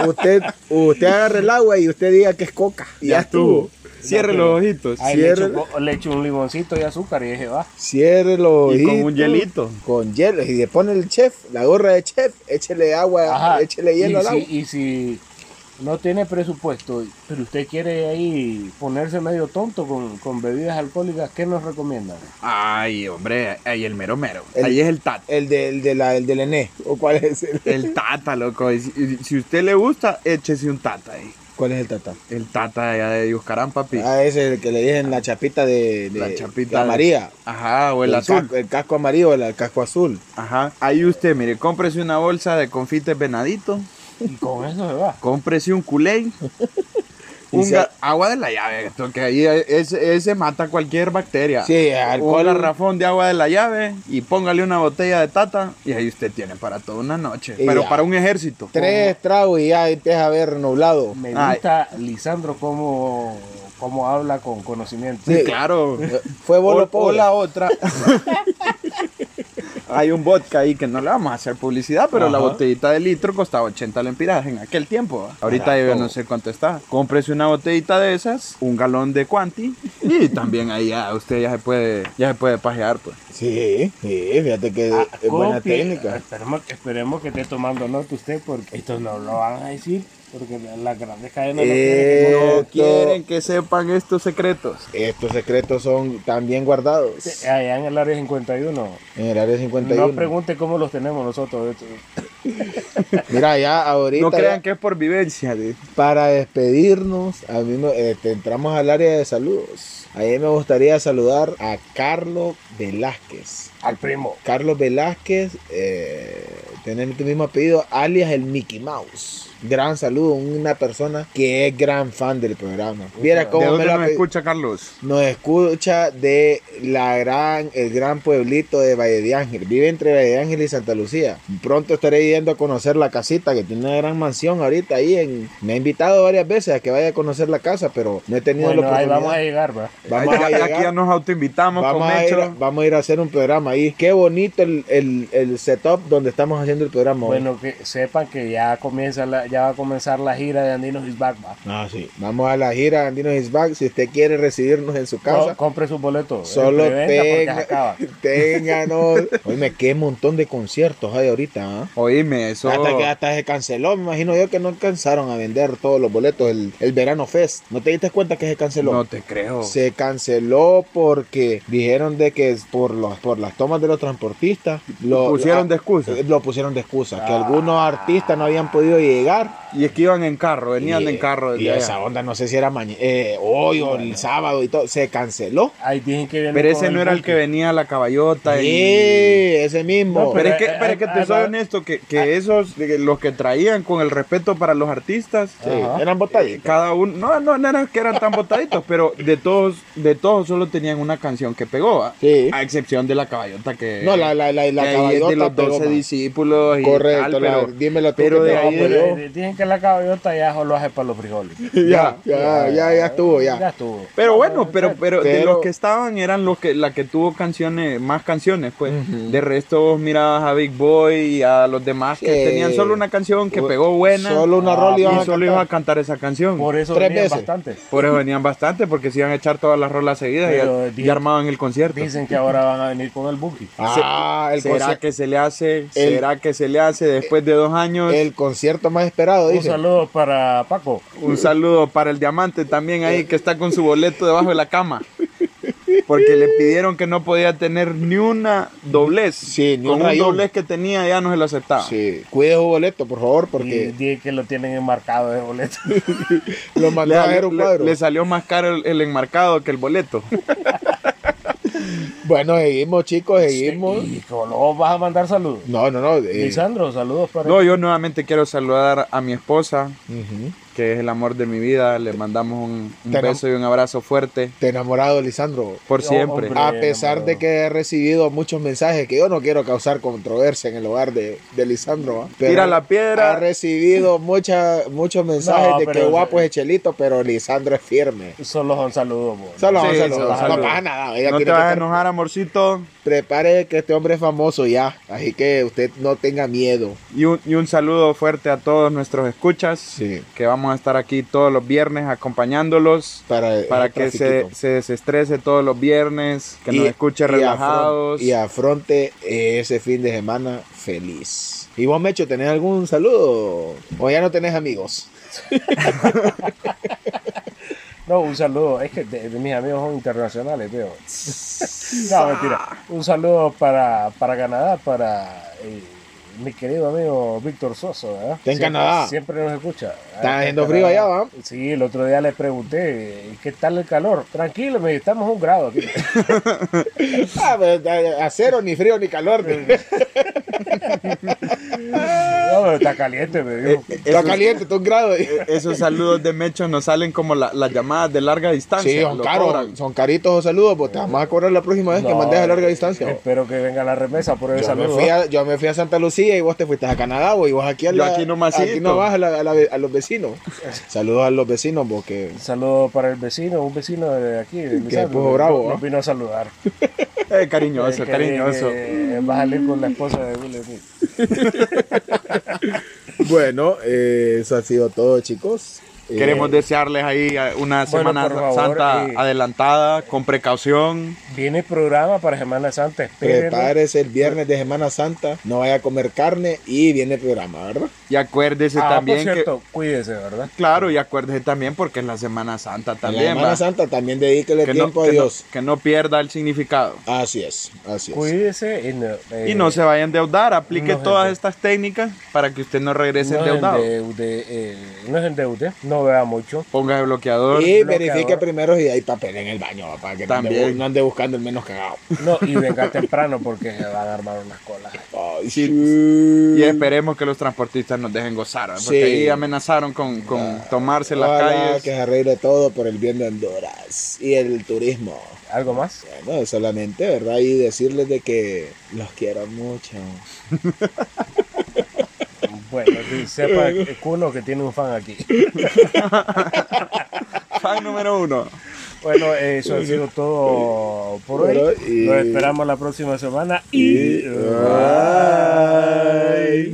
[SPEAKER 2] Usted, usted agarra el agua y usted diga que es coca. Y ya,
[SPEAKER 3] Ya
[SPEAKER 2] estuvo.
[SPEAKER 3] estuvo. Cierre los ojitos.
[SPEAKER 1] Ay, le,
[SPEAKER 2] Cierre-
[SPEAKER 1] echo, le echo un limoncito y azúcar y dije, va.
[SPEAKER 2] Cierre los
[SPEAKER 3] Y con
[SPEAKER 2] ojitos,
[SPEAKER 3] un hielito.
[SPEAKER 2] Con hielo. Y le pone el chef, la gorra de chef. Échele agua, échele hielo
[SPEAKER 1] y
[SPEAKER 2] al
[SPEAKER 1] si,
[SPEAKER 2] agua.
[SPEAKER 1] Y si no tiene presupuesto, pero usted quiere ahí ponerse medio tonto con, con bebidas alcohólicas, ¿qué nos recomiendan?
[SPEAKER 3] Ay, hombre, ahí el mero mero.
[SPEAKER 2] El-
[SPEAKER 3] ahí es el tata.
[SPEAKER 2] El, de, el, de la, el del Ené. ¿O cuál es el?
[SPEAKER 3] El tata, loco. Y Si, y si usted le gusta, échese un tata ahí.
[SPEAKER 2] ¿Cuál es el tatán?
[SPEAKER 3] El tata de allá de Yuscarán, papi.
[SPEAKER 2] Ah, ese es el que le dije en la chapita de, de
[SPEAKER 3] la chapita.
[SPEAKER 2] de
[SPEAKER 3] de-
[SPEAKER 2] María.
[SPEAKER 3] Ajá, o el, azul.
[SPEAKER 2] Casco, el casco amarillo, el, el casco azul.
[SPEAKER 3] Ajá. Ahí usted, mire, cómprese una bolsa de confites venadito.
[SPEAKER 1] Y con eso se va.
[SPEAKER 3] Cómprese un culé. un
[SPEAKER 2] [laughs] Y
[SPEAKER 3] ga-
[SPEAKER 2] se-
[SPEAKER 3] agua de la llave, esto que ahí ese, ese mata cualquier bacteria.
[SPEAKER 2] Sí,
[SPEAKER 3] Un
[SPEAKER 2] alcohol.
[SPEAKER 3] garrafón de agua de la llave y póngale una botella de tata y ahí usted tiene para toda una noche.
[SPEAKER 2] Y
[SPEAKER 3] Pero
[SPEAKER 2] ya.
[SPEAKER 3] para un ejército.
[SPEAKER 2] Tres tragos y ya empieza a ver nublado.
[SPEAKER 1] Me
[SPEAKER 3] Ay.
[SPEAKER 1] gusta Lisandro cómo, cómo habla con conocimiento.
[SPEAKER 3] Sí,
[SPEAKER 2] [laughs]
[SPEAKER 3] claro.
[SPEAKER 2] Fue bolo
[SPEAKER 3] O- o
[SPEAKER 2] pobre.
[SPEAKER 3] la otra. [laughs] Hay un vodka ahí que no le vamos a hacer publicidad, pero la
[SPEAKER 1] Ajá.
[SPEAKER 3] botellita de litro costaba 80 lempiras en aquel tiempo. ¿va? Ahorita yo no sé cuánto está. Cómprese una botellita de esas, un galón de Quanti
[SPEAKER 2] [laughs]
[SPEAKER 3] y también ahí ya usted ya se puede ya se puede pajear pues.
[SPEAKER 2] Sí, sí, fíjate que
[SPEAKER 1] Ah,
[SPEAKER 2] es buena
[SPEAKER 1] copia.
[SPEAKER 2] técnica.
[SPEAKER 1] Esperemos, esperemos que esté tomando nota usted, porque esto no lo van a decir, porque las grandes cadenas no
[SPEAKER 2] Eh,
[SPEAKER 1] quieren que-
[SPEAKER 3] No
[SPEAKER 2] Esto-
[SPEAKER 3] quieren que sepan estos secretos.
[SPEAKER 2] Estos secretos son tan bien guardados
[SPEAKER 1] Este, Allá en el área 51.
[SPEAKER 2] en el área 51.
[SPEAKER 1] No pregunte cómo los tenemos nosotros.
[SPEAKER 2] Mira, ya ahorita,
[SPEAKER 3] No crean
[SPEAKER 2] ya,
[SPEAKER 3] que es por vivencia. de-
[SPEAKER 2] para despedirnos, a mí no- eh, te entramos al área de saludos. A mí me gustaría saludar a Carlos Velázquez.
[SPEAKER 1] Al primo.
[SPEAKER 2] Carlos Velázquez, eh, tener tu mismo apellido, alias el Mickey Mouse. Gran saludo, una persona que es gran fan del programa. Viera
[SPEAKER 3] ¿De
[SPEAKER 2] cómo me
[SPEAKER 3] dónde
[SPEAKER 2] lo
[SPEAKER 3] nos
[SPEAKER 2] ape-
[SPEAKER 3] escucha Carlos?
[SPEAKER 2] Nos escucha de la gran, el gran pueblito de Valle de Ángel. Vive entre Valle de Ángel y Santa Lucía. Pronto estaré yendo a conocer la casita que tiene una gran mansión ahorita ahí. En, me ha invitado varias veces a que vaya a conocer la casa, pero no he tenido
[SPEAKER 1] Bueno,
[SPEAKER 2] la
[SPEAKER 1] ahí
[SPEAKER 2] oportunidad.
[SPEAKER 1] vamos a llegar, va.
[SPEAKER 2] Vamos a
[SPEAKER 3] Aquí
[SPEAKER 2] llegar.
[SPEAKER 3] ya nos autoinvitamos
[SPEAKER 2] Vamos
[SPEAKER 3] con
[SPEAKER 2] a, ir,
[SPEAKER 3] Mecho.
[SPEAKER 2] a- vamos a ir a hacer un programa ahí. Qué bonito el, el- el setup donde estamos haciendo el programa. hoy.
[SPEAKER 1] Bueno, que sepan que ya comienza la, ya va a comenzar la gira de Andinos Is Back, va.
[SPEAKER 2] Ah, sí. Vamos a la gira Andino is Back. Si usted quiere recibirnos en su casa,
[SPEAKER 1] Co- compre sus boletos. eh,
[SPEAKER 2] solo
[SPEAKER 1] preventa porque se
[SPEAKER 2] tenga,
[SPEAKER 1] acaba.
[SPEAKER 2] [laughs] ténganos. Oye, me quedé un montón de conciertos hay ahorita. ¿ah?
[SPEAKER 3] Oíme, eso.
[SPEAKER 2] Hasta que hasta se canceló. Me imagino yo que no alcanzaron a vender todos los boletos. El, el verano fest. ¿No te diste cuenta que se canceló?
[SPEAKER 3] No te creo.
[SPEAKER 2] Se canceló porque dijeron de que es por los por las tomas de los transportistas lo ah, eh,
[SPEAKER 3] Pusieron de excusa. Ah.
[SPEAKER 2] Lo pusieron de excusa, que algunos artistas no habían podido llegar.
[SPEAKER 3] Y es que iban en carro, venían
[SPEAKER 2] Y-
[SPEAKER 3] en carro. desde
[SPEAKER 2] Y
[SPEAKER 3] allá.
[SPEAKER 2] esa onda no sé si era mañana, hoy o el sábado y todo, se canceló.
[SPEAKER 1] Ahí dicen que viene
[SPEAKER 3] Pero
[SPEAKER 1] con
[SPEAKER 3] ese no era el
[SPEAKER 1] buque.
[SPEAKER 3] que venía la caballota.
[SPEAKER 2] Sí,
[SPEAKER 3] y-
[SPEAKER 2] ese mismo.
[SPEAKER 1] No,
[SPEAKER 3] Pero es que,
[SPEAKER 1] Pero,
[SPEAKER 3] pero es
[SPEAKER 2] eh,
[SPEAKER 3] que
[SPEAKER 1] ah,
[SPEAKER 3] te
[SPEAKER 1] ah,
[SPEAKER 3] soy
[SPEAKER 1] ah,
[SPEAKER 3] honesto, que, que esos, de que los que traían con el respeto para los artistas,
[SPEAKER 2] Sí,
[SPEAKER 1] Ajá.
[SPEAKER 2] eran
[SPEAKER 3] eh,
[SPEAKER 2] botaditas.
[SPEAKER 3] cada uno, no, no, no era que eran tan botaditos, pero de todos, de todos solo tenían una canción que pegó, ¿va?
[SPEAKER 2] Sí.
[SPEAKER 3] a excepción de la caballota que...
[SPEAKER 2] No, la, la, la, la
[SPEAKER 3] que ahí es de
[SPEAKER 2] caballota
[SPEAKER 3] los
[SPEAKER 2] pegó
[SPEAKER 3] 12
[SPEAKER 2] más.
[SPEAKER 3] discípulos y
[SPEAKER 2] Correcto,
[SPEAKER 3] tal,
[SPEAKER 2] la-
[SPEAKER 3] pero,
[SPEAKER 2] dímelo tú que
[SPEAKER 3] pero de
[SPEAKER 2] te pues.
[SPEAKER 3] ahí...
[SPEAKER 2] vas a
[SPEAKER 1] Pero, eh, Dicen que la caballota ya solo hace para los frijoles.
[SPEAKER 2] [laughs] Ya, ya, ya, ya estuvo, ya.
[SPEAKER 1] Ya estuvo.
[SPEAKER 3] Pero bueno, pero, pero, de
[SPEAKER 2] Pero-
[SPEAKER 3] los que estaban eran los que la que tuvo canciones, más canciones, pues. De resto vos mirabas a Big Boy y a los demás que
[SPEAKER 2] Sí.
[SPEAKER 3] tenían solo una canción que pegó buena.
[SPEAKER 2] Solo una
[SPEAKER 1] Ah,
[SPEAKER 2] rola
[SPEAKER 3] y
[SPEAKER 2] iban a
[SPEAKER 3] solo
[SPEAKER 2] cantar.
[SPEAKER 3] iban a cantar esa canción. Por,
[SPEAKER 1] Por eso
[SPEAKER 2] Tres
[SPEAKER 1] venían
[SPEAKER 2] veces.
[SPEAKER 1] bastante.
[SPEAKER 3] eso venían bastante, porque se iban a echar todas las rolas seguidas
[SPEAKER 1] Pero,
[SPEAKER 3] y, y
[SPEAKER 1] di-
[SPEAKER 3] armaban el concierto.
[SPEAKER 1] Dicen que ahora van a venir con el boogie.
[SPEAKER 2] Ah, el,
[SPEAKER 3] ¿Será
[SPEAKER 2] conci-
[SPEAKER 3] que se le hace? ¿Será que se le hace después de dos años?
[SPEAKER 2] el concierto más esperado,
[SPEAKER 1] Un
[SPEAKER 2] dice.
[SPEAKER 1] saludo para Paco.
[SPEAKER 3] Un saludo para el diamante también ahí que está con su boleto debajo de la cama. Porque le pidieron que no podía tener ni una doblez.
[SPEAKER 2] Sí, ni
[SPEAKER 3] Con
[SPEAKER 2] un
[SPEAKER 3] un
[SPEAKER 2] rayón.
[SPEAKER 3] doblez que tenía ya no se lo aceptaba.
[SPEAKER 2] Sí, cuide su boleto, por favor,
[SPEAKER 1] Y
[SPEAKER 2] porque
[SPEAKER 1] dicen que lo tienen enmarcado de boleto. [laughs]
[SPEAKER 2] lo
[SPEAKER 3] Le,
[SPEAKER 2] mandó a hacer
[SPEAKER 3] salió,
[SPEAKER 2] un
[SPEAKER 3] le-
[SPEAKER 2] cuadro.
[SPEAKER 3] le salió más caro el, el enmarcado que el boleto.
[SPEAKER 2] Bueno, seguimos, chicos, seguimos.
[SPEAKER 1] Y que luego vas a mandar saludos.
[SPEAKER 2] No, no, no. eh,
[SPEAKER 1] Lisandro, saludos para
[SPEAKER 3] No, yo nuevamente quiero saludar a mi esposa,
[SPEAKER 2] ujú.
[SPEAKER 3] que es el amor de mi vida. Le mandamos un, un
[SPEAKER 2] Te enam-
[SPEAKER 3] beso y un abrazo fuerte
[SPEAKER 2] Te he enamorado, Lisandro.
[SPEAKER 3] por
[SPEAKER 1] Oh,
[SPEAKER 3] siempre.
[SPEAKER 1] hombre.
[SPEAKER 2] A pesar de que he recibido muchos mensajes que yo no quiero causar controversia en el hogar de, de Lisandro. ¿va? Pero
[SPEAKER 3] Tira la piedra.
[SPEAKER 2] Ha recibido mucha, muchos mensajes
[SPEAKER 1] No,
[SPEAKER 2] de que
[SPEAKER 1] pero-
[SPEAKER 2] guapo es Chelito, pero Lisandro es firme.
[SPEAKER 1] Solo son saludos. vos.
[SPEAKER 2] Solo
[SPEAKER 3] Sí,
[SPEAKER 2] un saludo.
[SPEAKER 3] solo un
[SPEAKER 2] No
[SPEAKER 3] saludo.
[SPEAKER 2] pasa nada. Ella
[SPEAKER 3] no te
[SPEAKER 2] tiene
[SPEAKER 3] vas a a enojar, amorcito.
[SPEAKER 2] Prepare que este hombre es famoso ya. Así que usted no tenga miedo.
[SPEAKER 3] Y un, y un saludo fuerte a todos nuestros escuchas.
[SPEAKER 2] Sí.
[SPEAKER 3] Que vamos a estar aquí todos los viernes acompañándolos.
[SPEAKER 2] Para,
[SPEAKER 3] Para que se, se desestrese todos los viernes. Que nos escuche relajados.
[SPEAKER 2] Y afronte ese fin de semana feliz. Y vos, Mecho, ¿tenés algún saludo? O ya no tenés amigos.
[SPEAKER 1] No, un saludo. Es que de, de mis amigos son internacionales, tío. [laughs] No, mentira. Un saludo para, para Canadá, para eh, mi querido amigo Víctor Soso, ¿verdad?
[SPEAKER 2] Está en
[SPEAKER 1] Siempre-
[SPEAKER 2] Canadá.
[SPEAKER 1] Siempre nos escucha.
[SPEAKER 2] Está
[SPEAKER 1] en
[SPEAKER 2] haciendo frío
[SPEAKER 1] Canadá.
[SPEAKER 2] allá, ¿va?
[SPEAKER 1] Sí, el otro día le pregunté, ¿qué tal el calor? Tranquilo, me dijo, estamos a un grado
[SPEAKER 2] [laughs]
[SPEAKER 1] aquí.
[SPEAKER 2] Ah, pues, a a cero, ni frío, ni calor. [laughs]
[SPEAKER 1] No, pero está caliente, me
[SPEAKER 3] Eh,
[SPEAKER 1] dijo.
[SPEAKER 2] Está caliente, está un grado.
[SPEAKER 3] Esos saludos de Mecho nos salen como la- las llamadas de larga distancia.
[SPEAKER 2] Sí, son
[SPEAKER 3] lo
[SPEAKER 2] caros,
[SPEAKER 3] cobran.
[SPEAKER 2] son caritos los saludos, pues te vamos a cobrar la próxima vez que
[SPEAKER 1] No,
[SPEAKER 2] mandes a larga distancia.
[SPEAKER 3] eh,
[SPEAKER 2] vos.
[SPEAKER 1] Espero que venga la remesa por el
[SPEAKER 2] Yo me,
[SPEAKER 1] saludo.
[SPEAKER 2] fui a, yo me fui a Santa Lucía y vos te fuiste a Canadá, vos, y vos aquí a,
[SPEAKER 3] Yo
[SPEAKER 2] la-
[SPEAKER 3] aquí nomasito.
[SPEAKER 2] aquí nomás a, la- a la- a los vecinos. Saludos a los vecinos, porque
[SPEAKER 1] Un saludo para el vecino, un vecino de aquí, de Lisandro,
[SPEAKER 2] pujo
[SPEAKER 1] que
[SPEAKER 2] bravo,
[SPEAKER 1] nos
[SPEAKER 2] ¿eh?
[SPEAKER 1] vino a saludar.
[SPEAKER 3] Eh, cariñoso,
[SPEAKER 1] Eh, que-
[SPEAKER 3] cariñoso.
[SPEAKER 1] que va a salir con la esposa de Will Smith.
[SPEAKER 2] Bueno, eh, eso ha sido todo, chicos. Eh,
[SPEAKER 3] Queremos desearles ahí eh, una
[SPEAKER 1] Bueno,
[SPEAKER 3] Semana
[SPEAKER 1] por favor,
[SPEAKER 3] Santa
[SPEAKER 1] eh.
[SPEAKER 3] adelantada, con precaución.
[SPEAKER 1] Viene programa para Semana Santa, espérenlo.
[SPEAKER 2] prepárese el viernes de Semana Santa, no vaya a comer carne y viene el programa, ¿verdad?
[SPEAKER 3] Y acuérdese
[SPEAKER 1] Ah, por
[SPEAKER 3] también que.
[SPEAKER 1] cierto, cuídese, ¿verdad?
[SPEAKER 3] Claro, y acuérdese también porque es la Semana Santa
[SPEAKER 2] En la
[SPEAKER 3] también.
[SPEAKER 2] Semana
[SPEAKER 3] ¿va?
[SPEAKER 2] Santa también dedíquele
[SPEAKER 3] que, no,
[SPEAKER 2] tiempo a
[SPEAKER 3] que no-
[SPEAKER 2] Dios.
[SPEAKER 3] que no pierda el significado.
[SPEAKER 2] Así es, así es.
[SPEAKER 1] Cuídese y no, eh,
[SPEAKER 3] Y no se vaya a endeudar, aplique
[SPEAKER 1] no,
[SPEAKER 3] todas
[SPEAKER 1] gente.
[SPEAKER 3] estas técnicas para que usted no regrese
[SPEAKER 1] no
[SPEAKER 3] endeudado.
[SPEAKER 1] endeude, eh, no se endeude, no vea mucho.
[SPEAKER 3] Ponga el bloqueador.
[SPEAKER 2] Y
[SPEAKER 1] bloqueador.
[SPEAKER 2] verifique primero si hay papel en el baño, va, para que no ande
[SPEAKER 3] También.
[SPEAKER 2] bu- no ande buscando el menos cagado.
[SPEAKER 1] No, y venga temprano porque se van a armar unas colas.
[SPEAKER 2] Ay, sí.
[SPEAKER 3] Sí. Y pues, esperemos que los transportistas nos dejen gozar, ¿verdad? porque
[SPEAKER 2] Sí.
[SPEAKER 3] ahí amenazaron con, con tomarse las
[SPEAKER 2] Ojalá
[SPEAKER 3] calles.
[SPEAKER 2] que se arregle todo por el bien de Honduras y el turismo.
[SPEAKER 1] ¿Algo más?
[SPEAKER 2] Bueno, solamente, ¿verdad? Y decirles de que los quiero mucho.
[SPEAKER 1] Bueno, que sepa eh, Cuno que tiene un fan aquí.
[SPEAKER 3] Fan número uno.
[SPEAKER 1] Bueno, eh, eso ha sido todo por
[SPEAKER 2] Por
[SPEAKER 1] hoy.
[SPEAKER 2] hoy y-
[SPEAKER 1] Nos esperamos la próxima semana y...
[SPEAKER 2] Bye.